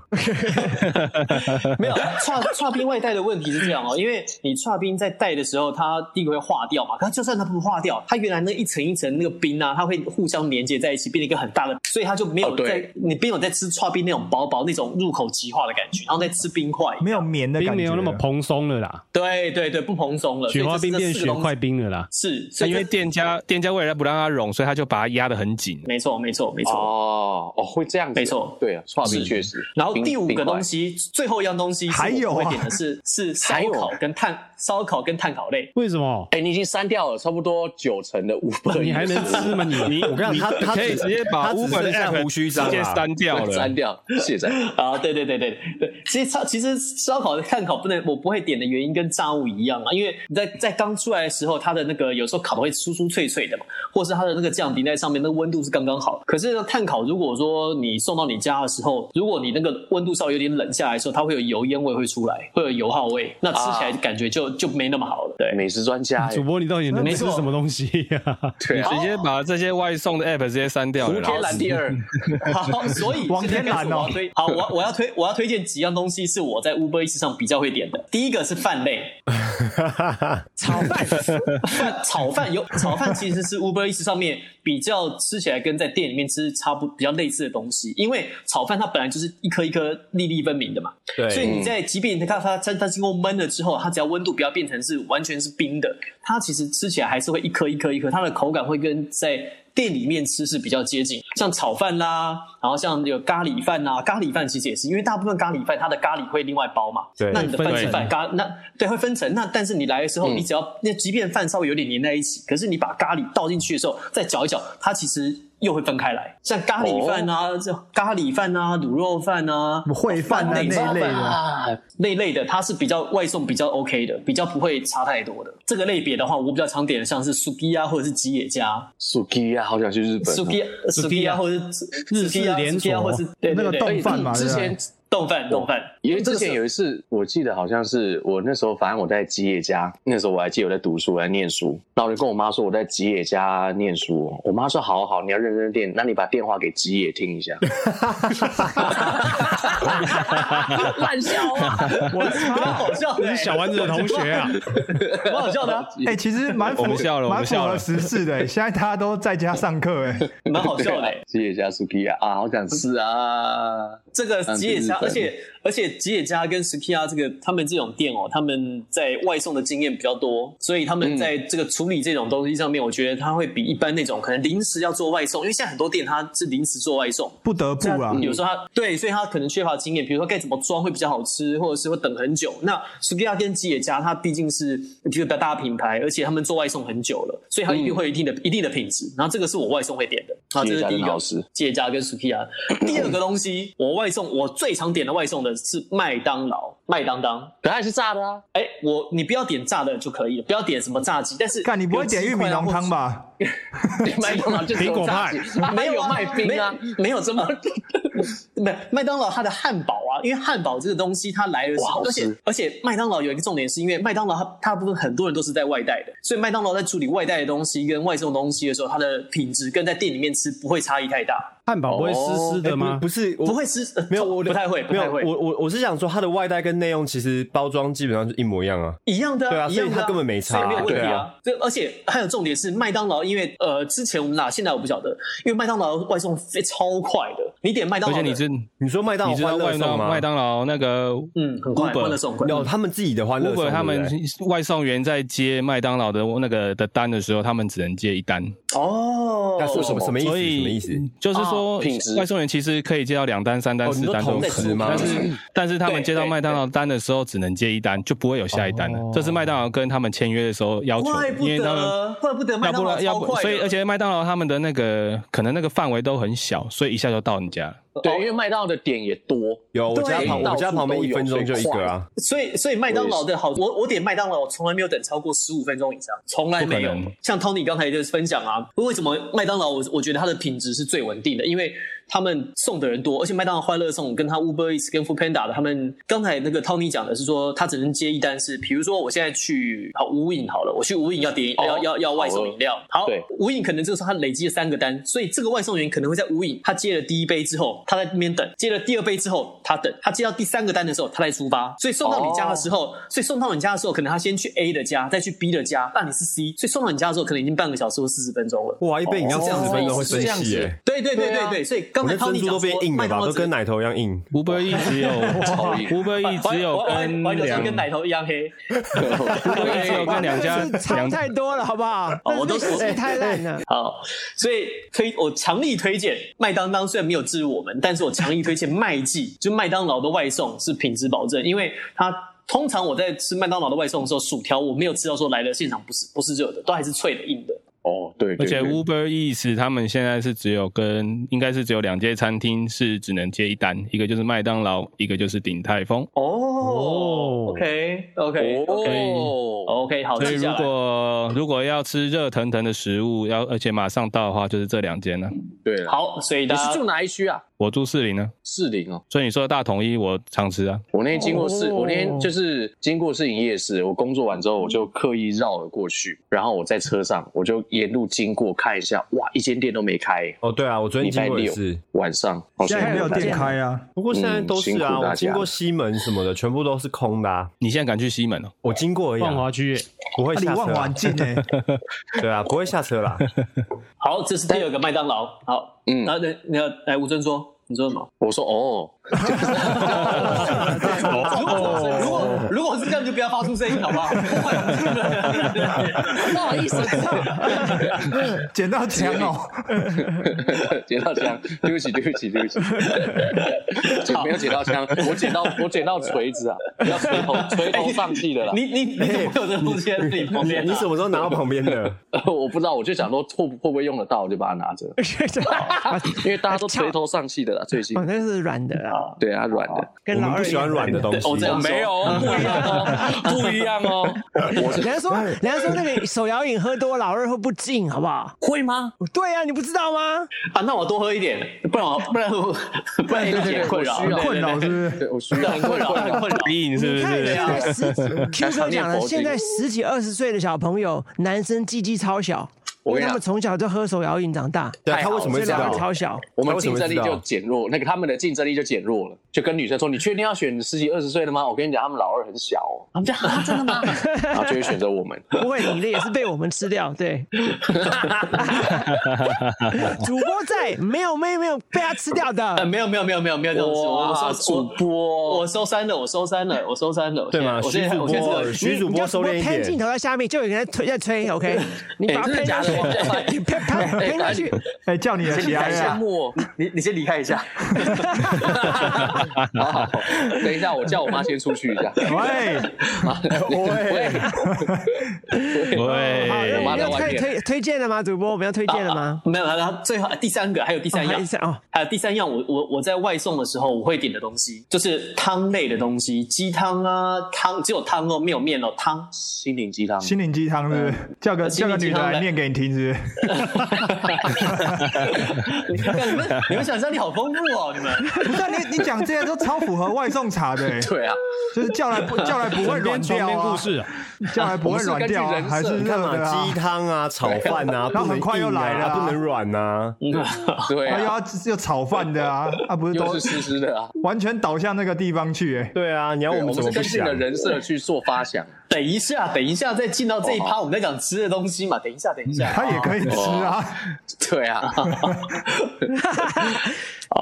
Speaker 1: 没有串串冰外带的问题是这样哦，因为你串冰在带的时候，它第一个会化掉嘛，它就算它不化掉，它原来那一层一层那个冰啊，它会互相连接在一起，变成一个很大的，所以它就没有
Speaker 3: 哦
Speaker 1: 在、
Speaker 3: 对
Speaker 1: 你没有在吃串冰那种薄薄那种入口即化的感觉，然后再吃冰块，
Speaker 6: 没有绵的感
Speaker 10: 冰没
Speaker 6: 觉，
Speaker 10: 有那么蓬松了啦，
Speaker 1: 对对对，不蓬松了，
Speaker 10: 雪花冰变雪块
Speaker 1: 快
Speaker 10: 冰了啦。
Speaker 1: 是，
Speaker 4: 那
Speaker 3: 啊
Speaker 1: 所以
Speaker 4: 因为
Speaker 1: 这
Speaker 4: 店家店家为了不让它融，所以他就把它压得很紧。
Speaker 1: 没错没错没错。
Speaker 3: 哦哦，会这样子，
Speaker 1: 没错
Speaker 3: 对啊，串冰
Speaker 1: 是
Speaker 3: 确实。
Speaker 1: 然后第五
Speaker 3: 冰
Speaker 1: 个
Speaker 3: 块
Speaker 1: 东西，最后一样东西是我
Speaker 6: 还有啊
Speaker 1: 会点的是是烧
Speaker 3: 还有啊
Speaker 1: 烤跟碳烧烤跟碳烤类，
Speaker 10: 为什么？
Speaker 3: 哎、你已经删掉了差不多九成的五 份，
Speaker 10: 你还能吃吗？你
Speaker 9: 我跟你讲，他他
Speaker 4: 可以直接把
Speaker 9: 他只
Speaker 4: Uber 的
Speaker 9: 剩下
Speaker 4: app
Speaker 9: 胡须章
Speaker 4: 直接
Speaker 9: 啊
Speaker 4: 删掉了。
Speaker 3: 删掉，卸载。
Speaker 1: 啊，对对对对对，其实烧其实烧烤的碳烤不能我不会点的原因跟炸物一样啊，因为你在在刚出来的时候，它的那个有时候烤的会酥酥脆脆的嘛，或是它的那个酱淋在上面，那温度是刚刚好。可是呢碳烤如果说你送到你家的时候，如果你那个温度稍微有点冷下来的时候，它会有油烟味会出来，会有油耗味，那吃
Speaker 3: 啊
Speaker 1: 起来感觉就、就没那么好了。对，
Speaker 3: 美食专家、哎
Speaker 10: 主播你到底能
Speaker 1: 没
Speaker 10: 吃
Speaker 1: 错
Speaker 10: 什么东西呀？
Speaker 3: 对啊
Speaker 4: 直接把这些外送的 app 直接删掉了
Speaker 1: 胡
Speaker 4: 啦。
Speaker 1: 天蓝第二， 好，所以
Speaker 6: 王天蓝
Speaker 1: 现
Speaker 6: 哦
Speaker 1: 在开始我要推好，我我要推我要推荐几样东西是我在 Uber Eats 上比较会点的。第一个是饭类，
Speaker 5: 炒饭
Speaker 1: 饭炒饭有炒饭其实是 Uber Eats 上面比较吃起来跟在店里面吃差不比较类似的东西，因为炒饭它本来就是一颗一颗粒粒分明的嘛，所以
Speaker 9: 对，
Speaker 1: 你在即便你看它它它经过焖了之后，它只要温度不要变成是完全是冰的，它其实吃起来还是会一颗一颗一颗，它的口感会跟在店里面吃是比较接近，像炒饭啦，然后像有咖喱饭啦，咖喱饭其实也是，因为大部分咖喱饭它的咖喱会另外包嘛，
Speaker 9: 对
Speaker 1: 那你的
Speaker 10: 分
Speaker 1: 饭是
Speaker 10: 层
Speaker 1: 饭咖，那对会分层，那但是你来的时候，你只要那即便饭稍微有点粘在一起，可是你把咖喱倒进去的时候，再搅一搅，它其实。又会分开来，像咖喱饭啊，这咖喱饭啊，卤肉饭啊，
Speaker 6: 烩饭啊那
Speaker 1: 饭类
Speaker 6: 一类的，
Speaker 3: 啊，
Speaker 1: 那一类的，它是比较外送比较 OK 的，比较不会差太多的。这个类别的话，我比较常点的像是 Sukiya 或者是吉野家
Speaker 3: 苏 i 啊，好想去日本、啊。
Speaker 1: ，Sukiya Sukiya 或者是
Speaker 10: 日式连锁
Speaker 1: Sukiya 啊或是对对
Speaker 6: 那个
Speaker 1: 对
Speaker 6: 冻饭嘛，
Speaker 3: 之
Speaker 6: 对不对
Speaker 3: 前
Speaker 1: 冻饭，冻饭。
Speaker 3: 因为之前有一次，我记得好像是我那时候，反正我在吉野家，那时候我还记得我在读书，我在念书，然后我就跟我妈说我在吉野家念书，哦我妈说好好，你要认真念，那你把电话给吉野听一 下。
Speaker 8: 烂笑话，
Speaker 6: 我
Speaker 1: 蛮好笑的、欸
Speaker 10: 你是小丸子的同学啊？
Speaker 1: 蛮好笑的、啊，
Speaker 6: 哎、其实蛮符
Speaker 4: 我们笑了我
Speaker 6: 蛮
Speaker 4: 们
Speaker 6: 符
Speaker 4: 笑
Speaker 6: 合
Speaker 4: 了
Speaker 6: 时事 的、现在大家都在家上课、哎，
Speaker 1: 蛮好笑的、欸
Speaker 3: 对啊吉野家 Suki 啊，啊，好想吃啊！
Speaker 1: 这个吉野家，
Speaker 3: 嗯对
Speaker 1: 而且而且吉野家跟 Sukiya 这个他们这种店哦，他们在外送的经验比较多，所以他们在这个处理这种东西上面，我觉得他会比一般那种可能临时要做外送，因为现在很多店它是临时做外送，
Speaker 6: 不得不啊 啦。
Speaker 1: 有时候他对，所以他可能缺乏经验，比如说该怎么装会比较好吃，或者是会等很久。那 Sukiya 跟吉野家，它毕竟是一个比较大的品牌，而且他们做外送很久了，所以它一
Speaker 10: 嗯
Speaker 1: 定会有一定的、一定的品质。然后这个是我外送会点的，啊，这是第一
Speaker 3: 吉野家真
Speaker 1: 个
Speaker 3: 好吃
Speaker 1: 吉野家跟 Sukiya。第二个东西，我外送我最常点的外送的是麦当劳，麦当当。
Speaker 3: 可它也是炸的啊！
Speaker 1: 哎，我你不要点炸的就可以了，不要点什么炸鸡，但是
Speaker 6: 看你不会
Speaker 1: 啊
Speaker 6: 点玉米浓 汤
Speaker 1: 吧？
Speaker 6: 吧？
Speaker 3: 麦当劳就是
Speaker 10: 苹果派
Speaker 3: 有炸鸡， 没有卖冰啊。
Speaker 1: 没，没有这么，麦麦当劳它的汉堡啊，因为汉堡这个东西它来的时
Speaker 3: 哇
Speaker 1: 候，
Speaker 3: 好
Speaker 1: 而且
Speaker 3: 吃
Speaker 1: 而且麦当劳有一个重点是因为麦当劳它大部分很多人都是在外带的，所以麦当劳在处理外带的东西跟外送东西的时候，它的品质跟在店里面吃不会差异太大，
Speaker 10: 汉堡不会湿湿的
Speaker 9: 哎
Speaker 10: 吗
Speaker 9: 不？不是，我
Speaker 1: 不会吃呃
Speaker 9: 没有，我
Speaker 1: 不太会，不
Speaker 9: 没
Speaker 1: 太
Speaker 9: 有，
Speaker 1: 会
Speaker 9: 我我我是想说，它的外带跟内用其实包装基本上是一模一样啊。
Speaker 1: 一样的、
Speaker 9: 对啊
Speaker 1: 一
Speaker 9: 所以
Speaker 1: 样的、
Speaker 9: 它根本没差
Speaker 1: 所以没有问题
Speaker 9: 对
Speaker 1: 啊
Speaker 9: 啊。
Speaker 1: 这、而且还有重点是，麦当劳因为呃之前我们哪现在我不晓得，因为麦当劳外送非超快的，你点麦当
Speaker 4: 而
Speaker 1: 劳
Speaker 4: 且
Speaker 1: 的，
Speaker 4: 你知
Speaker 9: 你说麦当
Speaker 4: 你
Speaker 9: 劳
Speaker 4: 知道
Speaker 9: 欢乐
Speaker 4: 麦
Speaker 9: 送
Speaker 4: 当
Speaker 9: 吗？
Speaker 4: 麦当劳那个
Speaker 1: 嗯很快，
Speaker 4: Uber
Speaker 1: 快乐送快。
Speaker 9: 有他们自己的欢乐
Speaker 4: Uber
Speaker 9: 送，
Speaker 4: 他们
Speaker 9: 对不对
Speaker 4: 外送员在接麦当劳的那个的单的时候，他们只能接一单，
Speaker 1: 哦，
Speaker 9: 那是什么什么意思？
Speaker 4: 所
Speaker 9: 什么
Speaker 4: 以
Speaker 9: 意思？
Speaker 4: 就是说
Speaker 3: 啊品质
Speaker 4: 外送员其实可以接到两单、三单、
Speaker 9: 哦哦你
Speaker 4: 四
Speaker 9: 说
Speaker 4: 单
Speaker 9: 同
Speaker 4: 都可
Speaker 9: 时
Speaker 4: 以，
Speaker 9: 吗
Speaker 4: 但是但是他们接到
Speaker 1: 对对
Speaker 4: 麦当劳单的时候只能接一单，就不会有下一单
Speaker 9: 哦
Speaker 4: 了。这是麦当劳跟他们签约的时候要求
Speaker 1: 怪
Speaker 4: 的，
Speaker 1: 不
Speaker 4: 因为他们。
Speaker 1: 得，怪不得麦
Speaker 4: 要
Speaker 1: 当
Speaker 4: 不
Speaker 1: 劳
Speaker 4: 然，要
Speaker 1: 超
Speaker 4: 不，
Speaker 1: 快的，
Speaker 4: 所以而且麦当劳他们的那个可能那个范围都很小，所以一下就到你家了。
Speaker 1: 哦
Speaker 3: 对，因为麦当劳的点也多，
Speaker 9: 有我
Speaker 1: 对
Speaker 9: 家旁我家旁边一分钟就一个啊，
Speaker 1: 所以所以麦当劳的好，我我点麦当劳，我从来没有等超过十五分钟以上，从来没有
Speaker 4: 不可能。
Speaker 1: 像 Tony 刚才就是分享啊，为什么麦当劳我我觉得它的品质是最稳定的，因为他们送的人多，而且麦当劳欢乐送跟他 Uber Eats 跟 Food Panda 的，他们刚才那个 Tony 讲的是说，他只能接一单是，比如说我现在去好无影好了，我去无影要点、
Speaker 3: 哦
Speaker 1: 要要要外送饮料，好
Speaker 3: 对，
Speaker 1: 无影可能这个时候他累积了三个单，所以这个外送员可能会在无影他接了第一杯之后，他在那边等，接了第二杯之后他等，他接到第三个单的时候他再出发，所以送到你家的时
Speaker 9: 哦
Speaker 1: 候，所以送到你家的时候，可能他先去 A 的家，再去 B 的家，那你是 C，所以送到你家的时候可能已经半个小时或四十分钟了。
Speaker 9: 哇，一杯饮料四十分钟会生气耶！
Speaker 1: 对对对对对，所以刚
Speaker 9: 啊我
Speaker 1: 才
Speaker 9: 那珍
Speaker 1: Tony
Speaker 9: 珠
Speaker 1: 讲
Speaker 9: 都变
Speaker 1: 说
Speaker 9: 硬
Speaker 1: 哦麦
Speaker 9: 了
Speaker 1: 当劳
Speaker 9: 吧，都
Speaker 1: 只
Speaker 9: 跟奶头一样硬。
Speaker 4: Uber E 只有 Uber E 只有跟
Speaker 1: 我
Speaker 4: 两
Speaker 1: 跟奶头一样黑，
Speaker 4: Uber E 只有跟两家
Speaker 5: 这差
Speaker 4: 两
Speaker 5: 太多了，好不好？
Speaker 1: 哦我都
Speaker 5: 那是历史太烂了。
Speaker 1: 好，所以推我强力推荐麦当当，虽然没有置入我们，但是我强力推荐麦记，就麦当劳的外送是品质保证，因为它通常我在吃麦当劳的外送的时候，薯条我没有吃到说来的现场不是不是热的，都还是脆的硬的。
Speaker 3: 哦，对，
Speaker 4: 而
Speaker 3: 对
Speaker 4: 且
Speaker 3: 对
Speaker 4: Uber Eats 他们现在是只有跟应该是只有两间餐厅是只能接一单，一个就是麦当劳，一个就是鼎泰丰。
Speaker 1: 哦，OK OK
Speaker 3: 哦，
Speaker 1: OK，好，
Speaker 4: 所以
Speaker 1: 接下
Speaker 4: 如
Speaker 1: 来
Speaker 4: 果如果要吃热腾腾的食物，要而且马上到的话，就是这两间了。
Speaker 3: 对了，
Speaker 1: 好，所以
Speaker 3: 你
Speaker 1: 大
Speaker 3: 是
Speaker 1: 家
Speaker 3: 住哪一区啊？
Speaker 4: 我住士林呢，
Speaker 3: 士林哦。
Speaker 4: 所以你说的大统一我常吃啊。
Speaker 3: 我那天经过
Speaker 6: 哦
Speaker 3: 市，我那天就是经过市营夜市，我工作完之后我就刻意绕了过去，然后我在车上我就沿路经过看一下，哇，一间店都没开，
Speaker 9: 哦，对啊，我昨天
Speaker 3: 礼
Speaker 9: 经
Speaker 3: 拜
Speaker 9: 过也
Speaker 3: 六
Speaker 9: 是，
Speaker 3: 晚上，好
Speaker 6: 现
Speaker 3: 像
Speaker 6: 在没有店开啊，
Speaker 9: 不过现在都是
Speaker 3: 嗯辛
Speaker 9: 啊，
Speaker 3: 苦大家
Speaker 9: 我经过西门什么的，全部都是空的啊。
Speaker 4: 你现在敢去西门哦？
Speaker 9: 我经过而已
Speaker 10: 万
Speaker 9: 啊，
Speaker 10: 华区耶，
Speaker 9: 不会
Speaker 6: 啊离
Speaker 9: 下
Speaker 6: 万
Speaker 9: 车
Speaker 6: 华很
Speaker 9: 啊。
Speaker 6: 近哎，
Speaker 9: 对啊，不会下车啦。
Speaker 1: 好，这是第二个麦当劳。好，
Speaker 3: 嗯
Speaker 1: 然后那那来吴尊说，你说什么？
Speaker 3: 我说哦，
Speaker 1: 如果如果是这样，就不要发出声音，好不好？
Speaker 8: 不好意思，
Speaker 6: 捡到枪哦，
Speaker 3: 捡到枪，对不起，对不起，对不 起，没有捡到枪，我捡到我捡到锤子啊，要垂头垂头丧气的啦。
Speaker 1: 你你你怎么会有这个东西在你旁
Speaker 9: 你
Speaker 1: 边啊？
Speaker 9: 你什么时候拿到旁边的？
Speaker 3: 我不知道，我就想说会不会不会
Speaker 1: 哎
Speaker 3: 用得到，我就把它拿着，因为大家都垂头丧气的啦，最近
Speaker 5: 哦，。那是软的啦。
Speaker 1: 啊，
Speaker 3: 对啊，软的。
Speaker 5: 跟老二一样
Speaker 3: 我
Speaker 1: 这样说
Speaker 3: 没有哦，不一样哦，不一样哦。我
Speaker 5: 人家说，人家说那个手摇饮喝多，老二会不敬，好不好？
Speaker 3: 会吗？
Speaker 5: 对啊，你不知道吗？
Speaker 1: 啊，那我多喝一点，不然我不然我不然有点困扰，
Speaker 6: 困扰是不是？
Speaker 3: 对，我需
Speaker 1: 要很困扰，很困扰。
Speaker 4: 逼你是不
Speaker 5: 你看，现在十
Speaker 4: 是？
Speaker 5: Q 哥讲了，现在十几二十岁的小朋友，男生鸡鸡超小，因
Speaker 3: 我
Speaker 5: 为
Speaker 3: 跟你
Speaker 5: 他们
Speaker 3: 讲，
Speaker 5: 从小就喝手摇饮长大，
Speaker 9: 对啊他为什么
Speaker 5: 所
Speaker 9: 会
Speaker 5: 以
Speaker 9: 知
Speaker 5: 老
Speaker 9: 道
Speaker 5: 二？超小。
Speaker 3: 我
Speaker 9: 他
Speaker 3: 们
Speaker 9: 为什
Speaker 3: 竞
Speaker 9: 么
Speaker 3: 争力
Speaker 9: 知道
Speaker 3: 就减弱，那个他们的竞争力就减弱了。就跟女生说，你确定要选十几二十岁的吗？我跟你讲，他们老二很小哦，
Speaker 1: 他们讲 啊，真的吗？
Speaker 3: 然后就会选择我们。
Speaker 5: 不会，你的也是被我们吃掉。 对，主播在，没有妹没有被他吃掉
Speaker 1: 呃，
Speaker 5: 的。
Speaker 1: 没有没有没有没有没 有这种事，我
Speaker 3: 哇
Speaker 1: 我
Speaker 3: 主
Speaker 1: 收我
Speaker 3: 播
Speaker 1: 我收山了，我收山了，我收山了，
Speaker 9: 对吗
Speaker 1: 我现在
Speaker 9: 徐主
Speaker 1: 我
Speaker 9: 播
Speaker 1: 现在我现在是啊
Speaker 9: 徐主播收敛一点
Speaker 5: 喷镜头在下面，就有人在推在吹，OK？你 把它
Speaker 3: 哎真的
Speaker 5: 喷下
Speaker 3: 假
Speaker 5: 去
Speaker 3: 的，
Speaker 5: 你喷喷喷下去，
Speaker 6: 哎，叫你的
Speaker 1: 先
Speaker 6: 起
Speaker 1: 离
Speaker 6: 来
Speaker 1: 开一下，
Speaker 6: 呀！
Speaker 1: 莫，你你先离开一下，
Speaker 3: 好好，好等一下，我叫我妈先出去一 下。
Speaker 6: 喂，
Speaker 3: 哎喂，
Speaker 5: 好，那
Speaker 4: 对
Speaker 5: 我，
Speaker 3: 妈
Speaker 5: 们
Speaker 3: 在
Speaker 5: 要
Speaker 3: 外
Speaker 5: 推
Speaker 3: 面
Speaker 5: 推推荐了吗？主播，我们要推荐了吗？
Speaker 1: 啊没有，然后最后第三个还有第三
Speaker 5: 哦还有
Speaker 1: 样
Speaker 5: 第三哦，
Speaker 1: 还有呃第三样，我我我在外送的时候我会点的东西就是汤类的东西，鸡汤啊汤，只有汤哦，没有面哦 汤。
Speaker 3: 心灵鸡汤。
Speaker 6: 心灵鸡汤是不是？叫个
Speaker 1: 心
Speaker 6: 叫
Speaker 1: 灵
Speaker 6: 个
Speaker 1: 鸡
Speaker 6: 女
Speaker 1: 汤
Speaker 6: 的来
Speaker 1: 来
Speaker 6: 念给你听，是不是？
Speaker 1: 你们你们想象力好丰富哦，你们。
Speaker 6: 不是啊你你讲这些都超符合外送茶的，哎
Speaker 3: 对啊，
Speaker 6: 就是叫来不叫来不会软
Speaker 10: 床
Speaker 6: 掉
Speaker 10: 边
Speaker 6: 啊
Speaker 10: 故，事啊，
Speaker 6: 叫来不会软掉
Speaker 3: 我
Speaker 6: 啊，
Speaker 3: 们
Speaker 6: 还
Speaker 3: 是根据
Speaker 6: 是
Speaker 3: 人设
Speaker 9: 你
Speaker 6: 热
Speaker 9: 看嘛
Speaker 6: 的，啊
Speaker 9: 鸡汤啊，炒饭啊，不
Speaker 6: 然
Speaker 9: 能
Speaker 6: 后很快又
Speaker 9: 硬啊
Speaker 6: 来了啊
Speaker 9: 啊不能软啊。
Speaker 3: 对
Speaker 6: 啊又
Speaker 3: 啊，
Speaker 6: 要又炒饭的啊，啊不是都
Speaker 3: 又是湿湿的啊。
Speaker 6: 完全倒向那个地方去，哎，
Speaker 9: 对啊，你要
Speaker 3: 对
Speaker 9: 我们怎么
Speaker 3: 是
Speaker 9: 不
Speaker 3: 根据
Speaker 9: 想
Speaker 3: 你的？人设去做发想，
Speaker 1: 等一下，等一下，再进到这一趴，我们在讲吃的东西嘛。等一下，等一下，
Speaker 6: 哦嗯他也可以吃啊，
Speaker 3: 对 啊，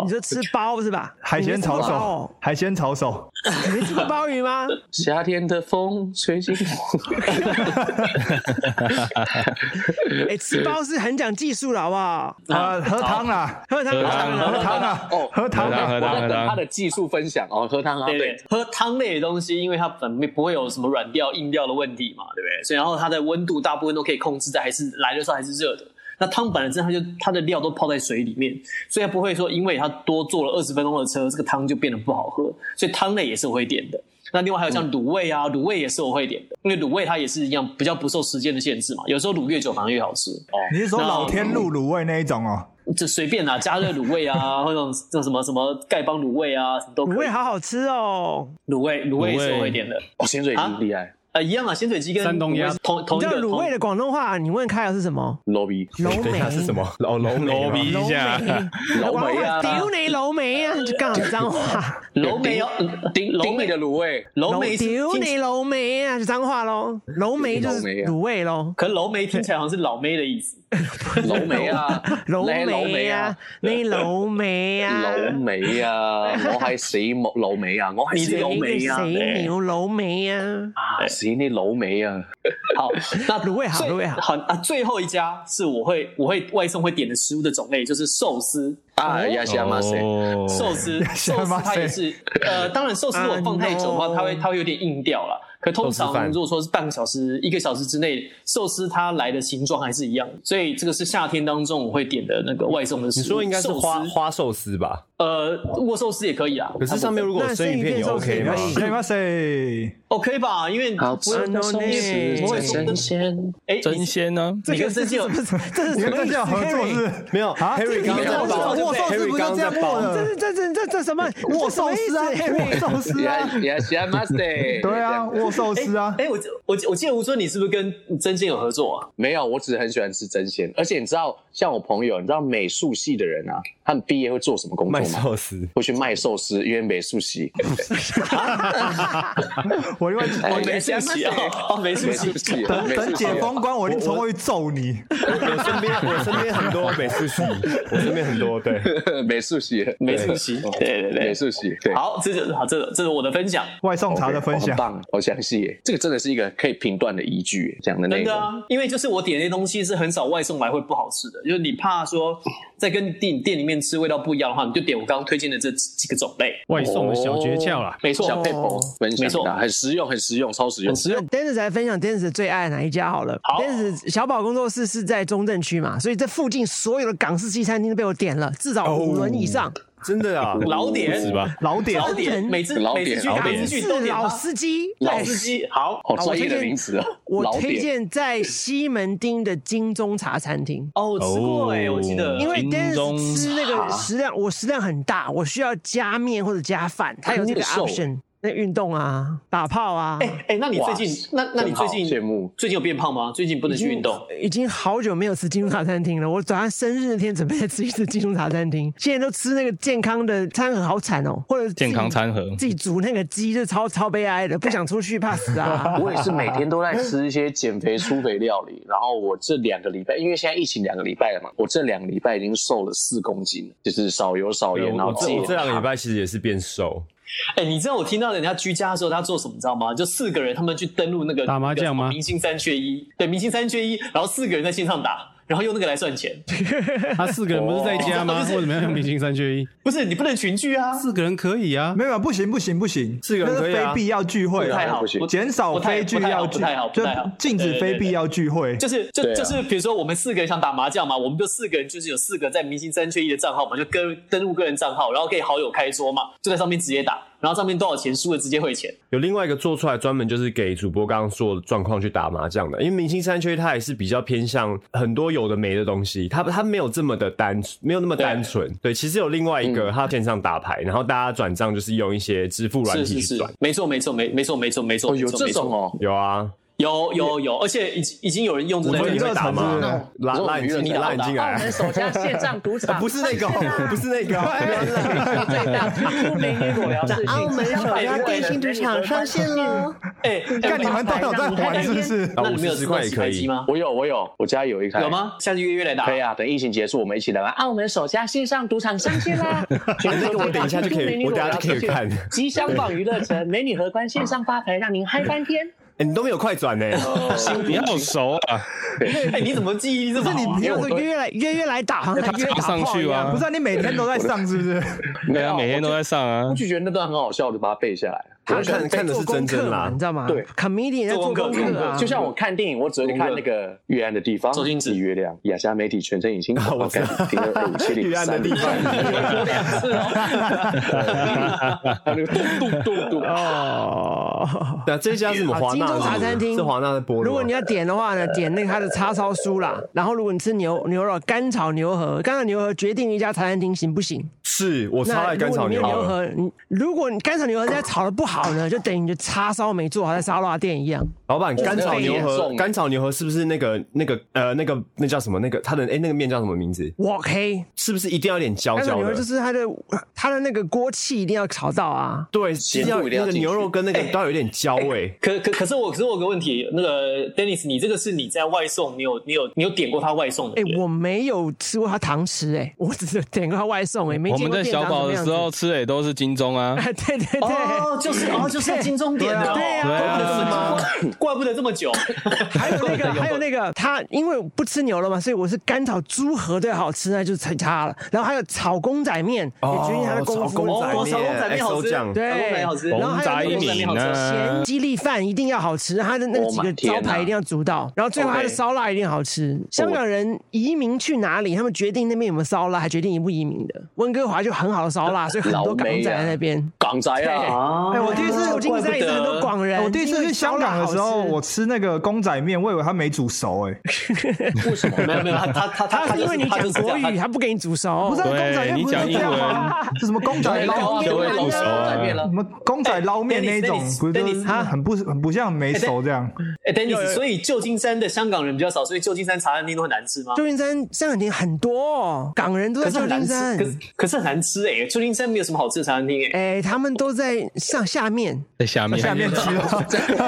Speaker 5: 你说吃包是吧？
Speaker 6: 海鲜炒
Speaker 5: 你没吃过包哦
Speaker 6: 手，海鲜炒手，
Speaker 5: 你没吃过鲍鱼 吗？
Speaker 3: 夏天的风吹进
Speaker 5: 哎、吃包是很讲技术的，好不好？
Speaker 6: 啊，喝汤啦，
Speaker 5: 喝汤
Speaker 4: 喝
Speaker 5: 喝
Speaker 4: 汤
Speaker 5: 汤
Speaker 6: 喝
Speaker 5: 喝
Speaker 6: 汤啦，
Speaker 3: 哦
Speaker 6: 喝汤
Speaker 4: 喝汤啊
Speaker 6: 啦，
Speaker 4: 喝汤
Speaker 3: 我在
Speaker 4: 喝
Speaker 3: 等他
Speaker 4: 汤，
Speaker 3: 的技术分享哦，喝汤啊，
Speaker 1: 对
Speaker 3: 对，
Speaker 1: 喝汤类的东西，因为它本没不会有什么软掉、硬掉的问题嘛，对不对？所以然后它的温度大部分都可以控制在，还是来的时候还是热的。那汤本身它就它的料都泡在水里面，所以它不会说因为它多坐了二十分钟的车，这个汤就变得不好喝。所以汤类也是我会点的。那另外还有像卤味啊，卤味也是我会点的，因为卤味它也是一样比较不受时间的限制嘛，有时候卤越久反而越好吃。
Speaker 6: 你是说老天露卤味那一种哦？
Speaker 1: 就随便啦、加热卤味啊，或者那种这种什么什么丐帮卤味啊，什么都可以。
Speaker 5: 卤味好好吃哦！
Speaker 1: 卤味卤味是
Speaker 4: 卤味
Speaker 1: 我会点的，
Speaker 3: 哦，咸水
Speaker 1: 啊
Speaker 3: 鸡厉害
Speaker 1: 呃，一样啊，咸水鸡跟
Speaker 10: 山东鸭
Speaker 1: 卤味是同
Speaker 5: 你
Speaker 1: 同一
Speaker 5: 知道
Speaker 1: 个
Speaker 5: 卤味的广东话，你问开尔是什么？
Speaker 3: ，lobby
Speaker 5: 楼
Speaker 9: 等一
Speaker 5: 梅
Speaker 9: 下是什么？哦，楼
Speaker 4: 牛
Speaker 9: 梅
Speaker 4: 逼
Speaker 9: 吗。
Speaker 4: 一下，
Speaker 3: 楼
Speaker 5: 广
Speaker 3: 梅
Speaker 5: 东话
Speaker 3: 啊，
Speaker 5: 屌你楼梅啊，就杠脏话。
Speaker 1: 同楼梅 要呃顶楼
Speaker 3: 顶
Speaker 1: 梅
Speaker 3: 你的卤味，
Speaker 1: 楼梅是
Speaker 5: 屌
Speaker 1: 听起，
Speaker 5: 你楼梅啊，就脏话喽。楼梅就是卤味喽，
Speaker 1: 可是楼梅听起来好像是老妹的意思。
Speaker 3: 楼梅啊，
Speaker 5: 楼
Speaker 3: 来楼
Speaker 5: 梅
Speaker 3: 啊
Speaker 5: 啊，，你楼梅 啊，
Speaker 3: 楼梅啊，我係死老尾啊，我係死老
Speaker 5: 你
Speaker 3: 尾
Speaker 5: 个
Speaker 3: 啊，
Speaker 5: 死牛楼梅啊！
Speaker 3: 啊死你老尾啊！
Speaker 1: 好，那
Speaker 5: 卤味好
Speaker 1: 最
Speaker 5: 卤味好
Speaker 1: 啊，最后一家是我会我会外送会点的食物的种类就是寿司，
Speaker 3: 哎呀，下马谁？
Speaker 4: 哦
Speaker 1: 寿 司，寿司它也是，呃，当然寿司如果放太久的
Speaker 5: 啊
Speaker 1: 话，
Speaker 5: ，no
Speaker 1: 它会它会有点硬掉了。可通
Speaker 9: 寿司饭
Speaker 1: 常如果说是半个小时、一个小时之内，寿司它来的形状还是一样，所以这个是夏天当中我会点的那个外送的食物。
Speaker 9: 你说应该是
Speaker 1: 寿司
Speaker 9: 花，花寿司吧？
Speaker 1: 呃，握寿司也可以啊。
Speaker 9: 可是上面如果有
Speaker 5: 那
Speaker 9: 生鱼片，你
Speaker 5: 生鱼片
Speaker 9: OK 吗？
Speaker 5: 寿司也可以
Speaker 6: 对吗？谁？
Speaker 1: OK 哦吧？因为不会
Speaker 5: 吃的寿司
Speaker 1: 不会说跟
Speaker 3: 鲜。
Speaker 1: 哎，
Speaker 4: 真鲜啊呢，
Speaker 1: 你跟生鲜有
Speaker 5: 这是这是
Speaker 6: 你
Speaker 5: 什么
Speaker 6: 们这
Speaker 5: 意
Speaker 6: 叫
Speaker 5: 思？
Speaker 6: 合作是？
Speaker 9: 没有
Speaker 6: 啊
Speaker 9: ，Harry
Speaker 6: 这
Speaker 9: 刚
Speaker 6: 个
Speaker 9: 刚
Speaker 6: 叫
Speaker 9: 在
Speaker 6: 合
Speaker 9: 包
Speaker 6: 作握寿司
Speaker 9: Harry
Speaker 6: 不就
Speaker 9: 刚刚
Speaker 6: 这样
Speaker 9: 在
Speaker 6: 握
Speaker 9: 包
Speaker 5: 这
Speaker 6: 的？
Speaker 5: 是这这这这什么？
Speaker 6: 握寿司啊，握寿 司 啊，
Speaker 3: 呀呀，下马谁？
Speaker 6: 对啊，握寿司啊。
Speaker 1: 哎，我记我记我记得吴尊，你是不是跟真鲜有合作啊？
Speaker 3: 没有，我只是很喜欢吃真鲜。而且你知道，像我朋友，你知道美术系的人啊，他们毕业会做什么工
Speaker 9: 卖
Speaker 3: 作吗？
Speaker 9: 寿司。
Speaker 3: 会去卖寿司，因为美术系。
Speaker 6: 我因为
Speaker 3: 哎
Speaker 1: 哦，没事系啊，哦，没事
Speaker 3: 美
Speaker 1: 系
Speaker 3: 术。系，
Speaker 6: 等
Speaker 3: 美术
Speaker 6: 等
Speaker 3: 系
Speaker 6: 解封关，我一定冲过去揍你。
Speaker 9: 我身边我身边很多美术系，我身边很多对。
Speaker 3: 美术系，
Speaker 1: 美术系
Speaker 3: 对
Speaker 1: 对对对
Speaker 3: 美术系，对。
Speaker 1: 好，这就好，这这是我的分享。
Speaker 6: 外送茶的分
Speaker 3: 哦
Speaker 6: 享
Speaker 3: 很，棒，好详细耶，这个真的是一个可以评断的依据耶，讲的内
Speaker 1: 真
Speaker 3: 容哦
Speaker 1: 的。啊，因为就是我点那些东西是很少外送来会不好吃的，就是你怕说在跟店店里面吃味道不一样的话，你就点我刚刚推荐的这几几个种类。
Speaker 10: 外送的小诀窍啦。
Speaker 1: 没错，
Speaker 3: 小佩婆分享
Speaker 1: 没错
Speaker 3: 的啊，很实用，很实用，超实用。
Speaker 1: 实用。
Speaker 5: Dennis 来分享 Dennis 的最爱哪一家好了。
Speaker 1: 好
Speaker 5: Dennis 小宝工作室是在中正区嘛，所以这附近所有的港式西餐厅都被我点了，至少五轮以上。
Speaker 9: 真的啊，
Speaker 1: 老点
Speaker 9: 是吧
Speaker 6: 老点
Speaker 1: 老点，每次
Speaker 9: 老
Speaker 1: 每
Speaker 9: 点
Speaker 1: 次去
Speaker 9: 老
Speaker 1: 每
Speaker 9: 点
Speaker 1: 次去都
Speaker 5: 是
Speaker 1: 点
Speaker 5: 老
Speaker 1: 它
Speaker 5: 司机，
Speaker 1: 老司机，好，
Speaker 5: 好我推荐
Speaker 3: 哦
Speaker 5: 我推荐在西门町的金钟茶餐厅。
Speaker 1: 哦，吃过哎，我记
Speaker 6: 哦
Speaker 1: 得，
Speaker 5: 因为
Speaker 1: 金
Speaker 5: Dennis
Speaker 1: 钟
Speaker 5: 吃那个
Speaker 1: 茶
Speaker 5: 食量，我食量很大，我需要加面或者加饭，他有这个
Speaker 1: 那么瘦
Speaker 5: option。那运动啊，打炮啊，
Speaker 1: 哎哎，那你最近那那你最近
Speaker 3: 羡慕。
Speaker 1: 最近有变胖吗？最近不能去运动，
Speaker 5: 已经好久没有吃金钟茶餐厅了。我早上生日那天准备再吃一次金钟茶餐厅，现在都吃那个健康的餐盒，好惨哦。或者自己
Speaker 4: 健康餐盒
Speaker 5: 自己煮那个鸡，就超超悲哀的，不想出去怕死啊
Speaker 3: 我也是每天都在吃一些减肥粗肥料理，然后我这两个礼拜，因为现在疫情两个礼拜了嘛，我这两个礼拜已经瘦了四公斤了，就是少油少
Speaker 9: 对
Speaker 3: 盐，
Speaker 9: 我
Speaker 3: 然后
Speaker 9: 我这
Speaker 3: 戒
Speaker 9: 我这两个礼
Speaker 3: 糖
Speaker 9: 拜其实也是变瘦，
Speaker 1: 哎、你知道我听到人家居家的时候，他做什么，你知道吗？就四个人，他们去登录那个
Speaker 4: 打麻将
Speaker 1: 那个什
Speaker 4: 吗
Speaker 1: 么明星三缺一，对，明星三缺一，然后四个人在线上打，然后用那个来算钱。
Speaker 10: 他 四个人不是在家 吗？
Speaker 1: 哦
Speaker 10: 为什么要用明星三缺一？
Speaker 1: 不是你不能群聚啊，
Speaker 10: 四个人可以啊。
Speaker 6: 没有，不行不行不行，
Speaker 9: 四个人
Speaker 6: 那
Speaker 9: 可
Speaker 6: 是
Speaker 9: 以啊
Speaker 6: 非必要聚会，
Speaker 1: 不太好不
Speaker 6: 减少
Speaker 1: 不太
Speaker 6: 非聚
Speaker 1: 不太好
Speaker 6: 要
Speaker 1: 不
Speaker 6: 聚
Speaker 1: 太好，不
Speaker 6: 就
Speaker 1: 太好
Speaker 6: 禁
Speaker 1: 对
Speaker 6: 止
Speaker 1: 对
Speaker 6: 非
Speaker 1: 对
Speaker 6: 必要聚会。
Speaker 1: 就是就、
Speaker 3: 对啊
Speaker 1: 就是，比如说我们四个人想打麻将嘛，我们就四个人就是有四个在明星三缺一的账号嘛，就跟登录个人账号，然后可以好友开桌嘛，就在上面直接打，然后上面多少钱输了直接汇钱。
Speaker 9: 有另外一个做出来专门就是给主播刚刚说的状况去打麻将的，因为明星三缺一它也是比较偏向很多有的没的东西，它它没有这么的单，没有那么单纯。对，其实有另外一个它线上打牌，然后大家转账就是用一些支付软
Speaker 1: 是
Speaker 9: 体
Speaker 1: 是
Speaker 9: 去
Speaker 1: 是
Speaker 9: 转。，
Speaker 1: 没错没错没没错没错没错，
Speaker 3: 哦，有
Speaker 1: 没错
Speaker 3: 这种，哦，
Speaker 9: 有啊，
Speaker 1: 有有有，而且已经已经有人用这
Speaker 9: 我
Speaker 1: 个
Speaker 9: 们娱乐场是不是
Speaker 1: 打麻
Speaker 9: 拉拉你
Speaker 1: 娱乐
Speaker 9: 进
Speaker 1: 场
Speaker 9: 拉你进
Speaker 11: 澳门
Speaker 9: 来，
Speaker 11: 首家线上赌场，
Speaker 9: 不是那个哦，不是那个哦，
Speaker 11: 最大出名与裸聊视
Speaker 6: 啊
Speaker 11: 讯，
Speaker 5: 澳门首家电信赌场上线喽！
Speaker 1: 哎，
Speaker 6: 看 你们都有在玩是不是？
Speaker 1: 那
Speaker 9: 啊
Speaker 1: 你们有
Speaker 9: 50块也
Speaker 1: 吃
Speaker 9: 可
Speaker 1: 到洗牌
Speaker 9: 以
Speaker 1: 机吗？
Speaker 3: 哦我有我有，我家有一台，
Speaker 1: 有？吗？下次约约来打。
Speaker 3: 可以啊，等疫情结束，我们一起来玩。啊
Speaker 11: 澳门首家线上赌场上 线啦！
Speaker 9: 那个我等一下就可以，我等一下就可以看。
Speaker 11: 吉祥宝娱乐城美女荷官线上发牌，让您嗨翻天。
Speaker 9: 哎，你都没有快转呢，
Speaker 5: 哦
Speaker 4: 你好熟啊，
Speaker 1: 哎，你怎么记忆力这
Speaker 5: 不
Speaker 1: 么
Speaker 5: 是
Speaker 1: 好
Speaker 5: 你
Speaker 1: 啊？
Speaker 5: 平常说约来约约来打，好像在约打
Speaker 4: 上
Speaker 5: 炮一
Speaker 4: 去啊
Speaker 5: 样
Speaker 6: 不。是啊，你每天都在上是不是？
Speaker 4: 对啊，每天都在上啊
Speaker 3: 我。就觉得那段很好笑，我就把它背下来。
Speaker 9: 我看看的是真真啦
Speaker 5: 啊你，知道吗？
Speaker 3: 对
Speaker 5: ，comedian 在做功课啊，
Speaker 3: 就像我看电影，我只会看那个月暗的地方，
Speaker 1: 周星驰
Speaker 3: 李月亮，雅霞媒体全程 影星，
Speaker 9: 啊我知道
Speaker 3: 停了二五七零
Speaker 9: 月暗的
Speaker 3: 三
Speaker 9: 地
Speaker 3: 零
Speaker 9: 方
Speaker 3: 还有那个咚咚咚咚，
Speaker 5: 哦。
Speaker 9: 那啊这家是什么华
Speaker 5: 好，金
Speaker 9: 纳
Speaker 5: 钟茶餐厅
Speaker 9: 是华纳的菠萝。
Speaker 5: 如果你要点的话呢， 点那个它的叉烧酥啦。然后如果你吃牛牛肉，干炒牛河，干炒牛河决定一家茶餐厅行不行。
Speaker 9: 是我超
Speaker 5: 那
Speaker 9: 爱
Speaker 5: 如
Speaker 9: 干
Speaker 5: 果
Speaker 9: 炒
Speaker 5: 你没有
Speaker 9: 牛
Speaker 5: 牛
Speaker 9: 河，
Speaker 5: 河，你如果你干炒牛河在炒的不好呢，就等于你的叉烧没做好，在沙拉店一样。
Speaker 9: 老板干炒牛
Speaker 3: 我那个也
Speaker 5: 欸
Speaker 9: 河，
Speaker 3: 中
Speaker 9: 干炒牛河是不是那个那个呃那个那叫什么那个它的哎那个面叫什么名字？
Speaker 5: 我 K，
Speaker 9: 是不是一定要有点焦
Speaker 5: 干炒
Speaker 9: 焦
Speaker 5: 牛河
Speaker 9: 的
Speaker 5: 就？是它的它的那个锅气一定要炒到啊。
Speaker 9: 对，是要
Speaker 3: 咸度一定要
Speaker 9: 那个
Speaker 3: 进去
Speaker 9: 牛肉跟那个
Speaker 5: 欸
Speaker 9: 都要有点焦味。
Speaker 1: 可可可是我可是我有个问题，那个 Dennis，你这个是你在外送，你有你有你有点过他外送的？
Speaker 5: 哎、我没有吃过它糖吃、哎，我只是点过它外送、哎，没
Speaker 4: 我
Speaker 5: 见
Speaker 4: 们
Speaker 5: 过
Speaker 4: 在
Speaker 5: 店
Speaker 4: 小
Speaker 5: 长
Speaker 4: 宝的
Speaker 5: 什
Speaker 4: 时
Speaker 5: 么样
Speaker 4: 候
Speaker 5: 子，
Speaker 4: 吃的也都是金钟啊，
Speaker 5: 哎， 对对对，
Speaker 1: 哦，就是哦，就是在金钟点的哦，
Speaker 5: 对啊
Speaker 1: 怪不得这么
Speaker 4: 对
Speaker 1: 久，怪不得这么久。
Speaker 5: 还有那个，还有那个，他因为不吃牛了嘛，所以我是干炒猪河最好吃，那就是成他了。然后还有炒公仔面，
Speaker 4: 哦
Speaker 5: 也决定他的功夫。
Speaker 9: 哦公
Speaker 1: 哦
Speaker 9: 仔面
Speaker 1: 炒公仔面好
Speaker 9: XO
Speaker 1: 吃，
Speaker 9: 酱
Speaker 5: 对，
Speaker 1: 炒公仔面好吃，
Speaker 5: 然后还有
Speaker 4: 公仔
Speaker 5: 那
Speaker 4: 面
Speaker 5: 个
Speaker 4: 好吃
Speaker 5: 咸鸡粒饭一定要好吃，他的那
Speaker 4: 哦
Speaker 5: 几个
Speaker 4: 啊
Speaker 5: 招牌一定要煮到。然后最后他的烧腊一定好吃。香港人移民去哪里，他们决定那边有没有烧腊，还决定移不移民的。温哥华就很好的烧腊，所以很多港仔在那边。
Speaker 3: 港宅啊，
Speaker 1: 啊
Speaker 6: 哎我第一次
Speaker 5: 旧金山也是很多广
Speaker 1: 哎
Speaker 5: 人。
Speaker 6: 我第一次去香港的时候，我吃那个公仔面，我以为它没煮熟哎、
Speaker 1: 为 什么？没有没有，他他他
Speaker 5: 他是因为你
Speaker 1: 他就
Speaker 5: 讲
Speaker 1: 是这
Speaker 5: 国
Speaker 1: 样他
Speaker 5: 语，他不给你煮熟。
Speaker 6: 不是啊
Speaker 4: 对
Speaker 6: 公仔面不是这样吗？就什么公仔捞
Speaker 3: 就会漏熟啊。
Speaker 6: 什么公仔捞面那一种，
Speaker 1: Dennis，
Speaker 6: 不是都
Speaker 1: Dennis，
Speaker 6: 是很不很不像没熟这样。
Speaker 1: 哎，Dennis，所以旧金山的香港人比较少，所以旧金山茶餐厅都很难吃吗？
Speaker 5: 旧金山香港店很多、哦，港人都
Speaker 1: 可
Speaker 5: 在
Speaker 1: 是
Speaker 5: 旧
Speaker 1: 很难
Speaker 5: 金山
Speaker 1: 吃，可。是可是很难吃哎，旧金山没有什么好吃的茶餐厅哎。
Speaker 5: 哎、他们都在上下面，
Speaker 4: 在下面，
Speaker 6: 下面吃
Speaker 4: 哪里？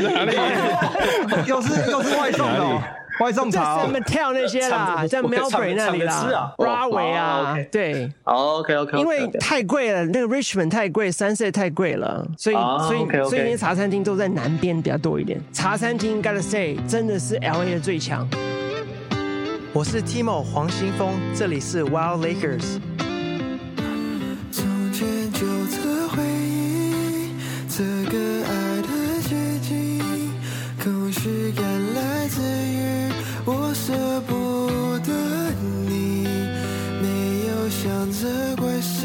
Speaker 4: 哪里？
Speaker 6: 又是又是外送的哦，外送
Speaker 5: 在
Speaker 6: 茶
Speaker 5: s a
Speaker 6: 哦
Speaker 5: m a t e l 那些啦，
Speaker 1: 我
Speaker 5: 在
Speaker 1: 我
Speaker 5: Melbourne 那
Speaker 1: 抢
Speaker 5: 里
Speaker 1: 着吃啊
Speaker 5: 啦，Broadway
Speaker 1: 哦
Speaker 5: 啊
Speaker 1: ，OK，
Speaker 5: 对，
Speaker 1: OK OK，
Speaker 5: 因为太贵了，那个 Richmond 太贵，Sunset 太贵了，所以
Speaker 1: 哦
Speaker 5: 所以
Speaker 1: OK，OK
Speaker 5: 所以那些茶餐厅都在南边比较多一点。茶餐厅 Gotta say 真的是 LA 的最强。我是 Timo 黄新峰，这里是 Wild Lakers。
Speaker 12: 从前就此回忆，这个爱的结晶，空虚感来自于我舍不得你，没有消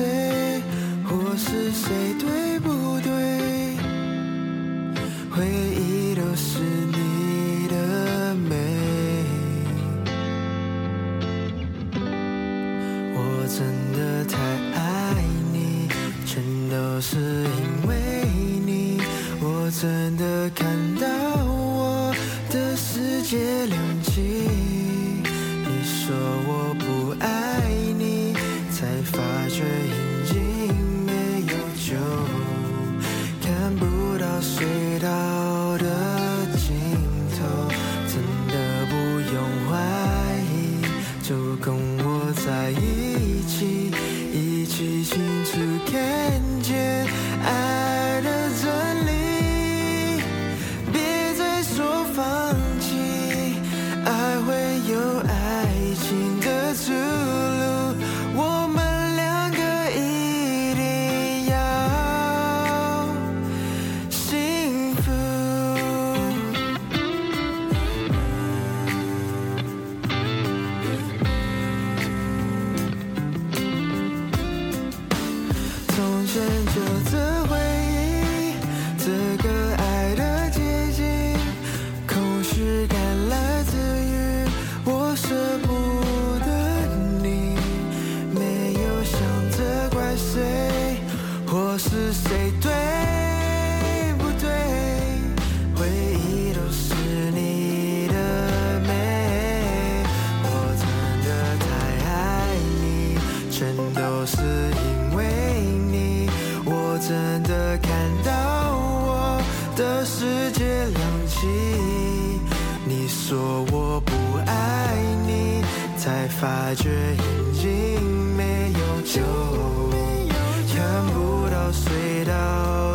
Speaker 5: 回忆都是你的美。我真的太爱你，全都是因为你。我真的看到我的世界亮起。你说我不爱你，才发觉已经没有救，看不到隧道的尽头，真的不用怀疑。就跟我在一起，一起清楚看见爱的真理。别再说放弃，爱会有爱情的出路，我们两个一定要幸福。从前就这回忆，这个爱的结晶，空虚感来自于我舍不得你，没有想责怪谁或是谁对不对，回忆都是你的美，我真的太爱你。全都是因为你，我真的看到我的世界亮起。你说我不爱你，才发觉已经没有救，看不到隧道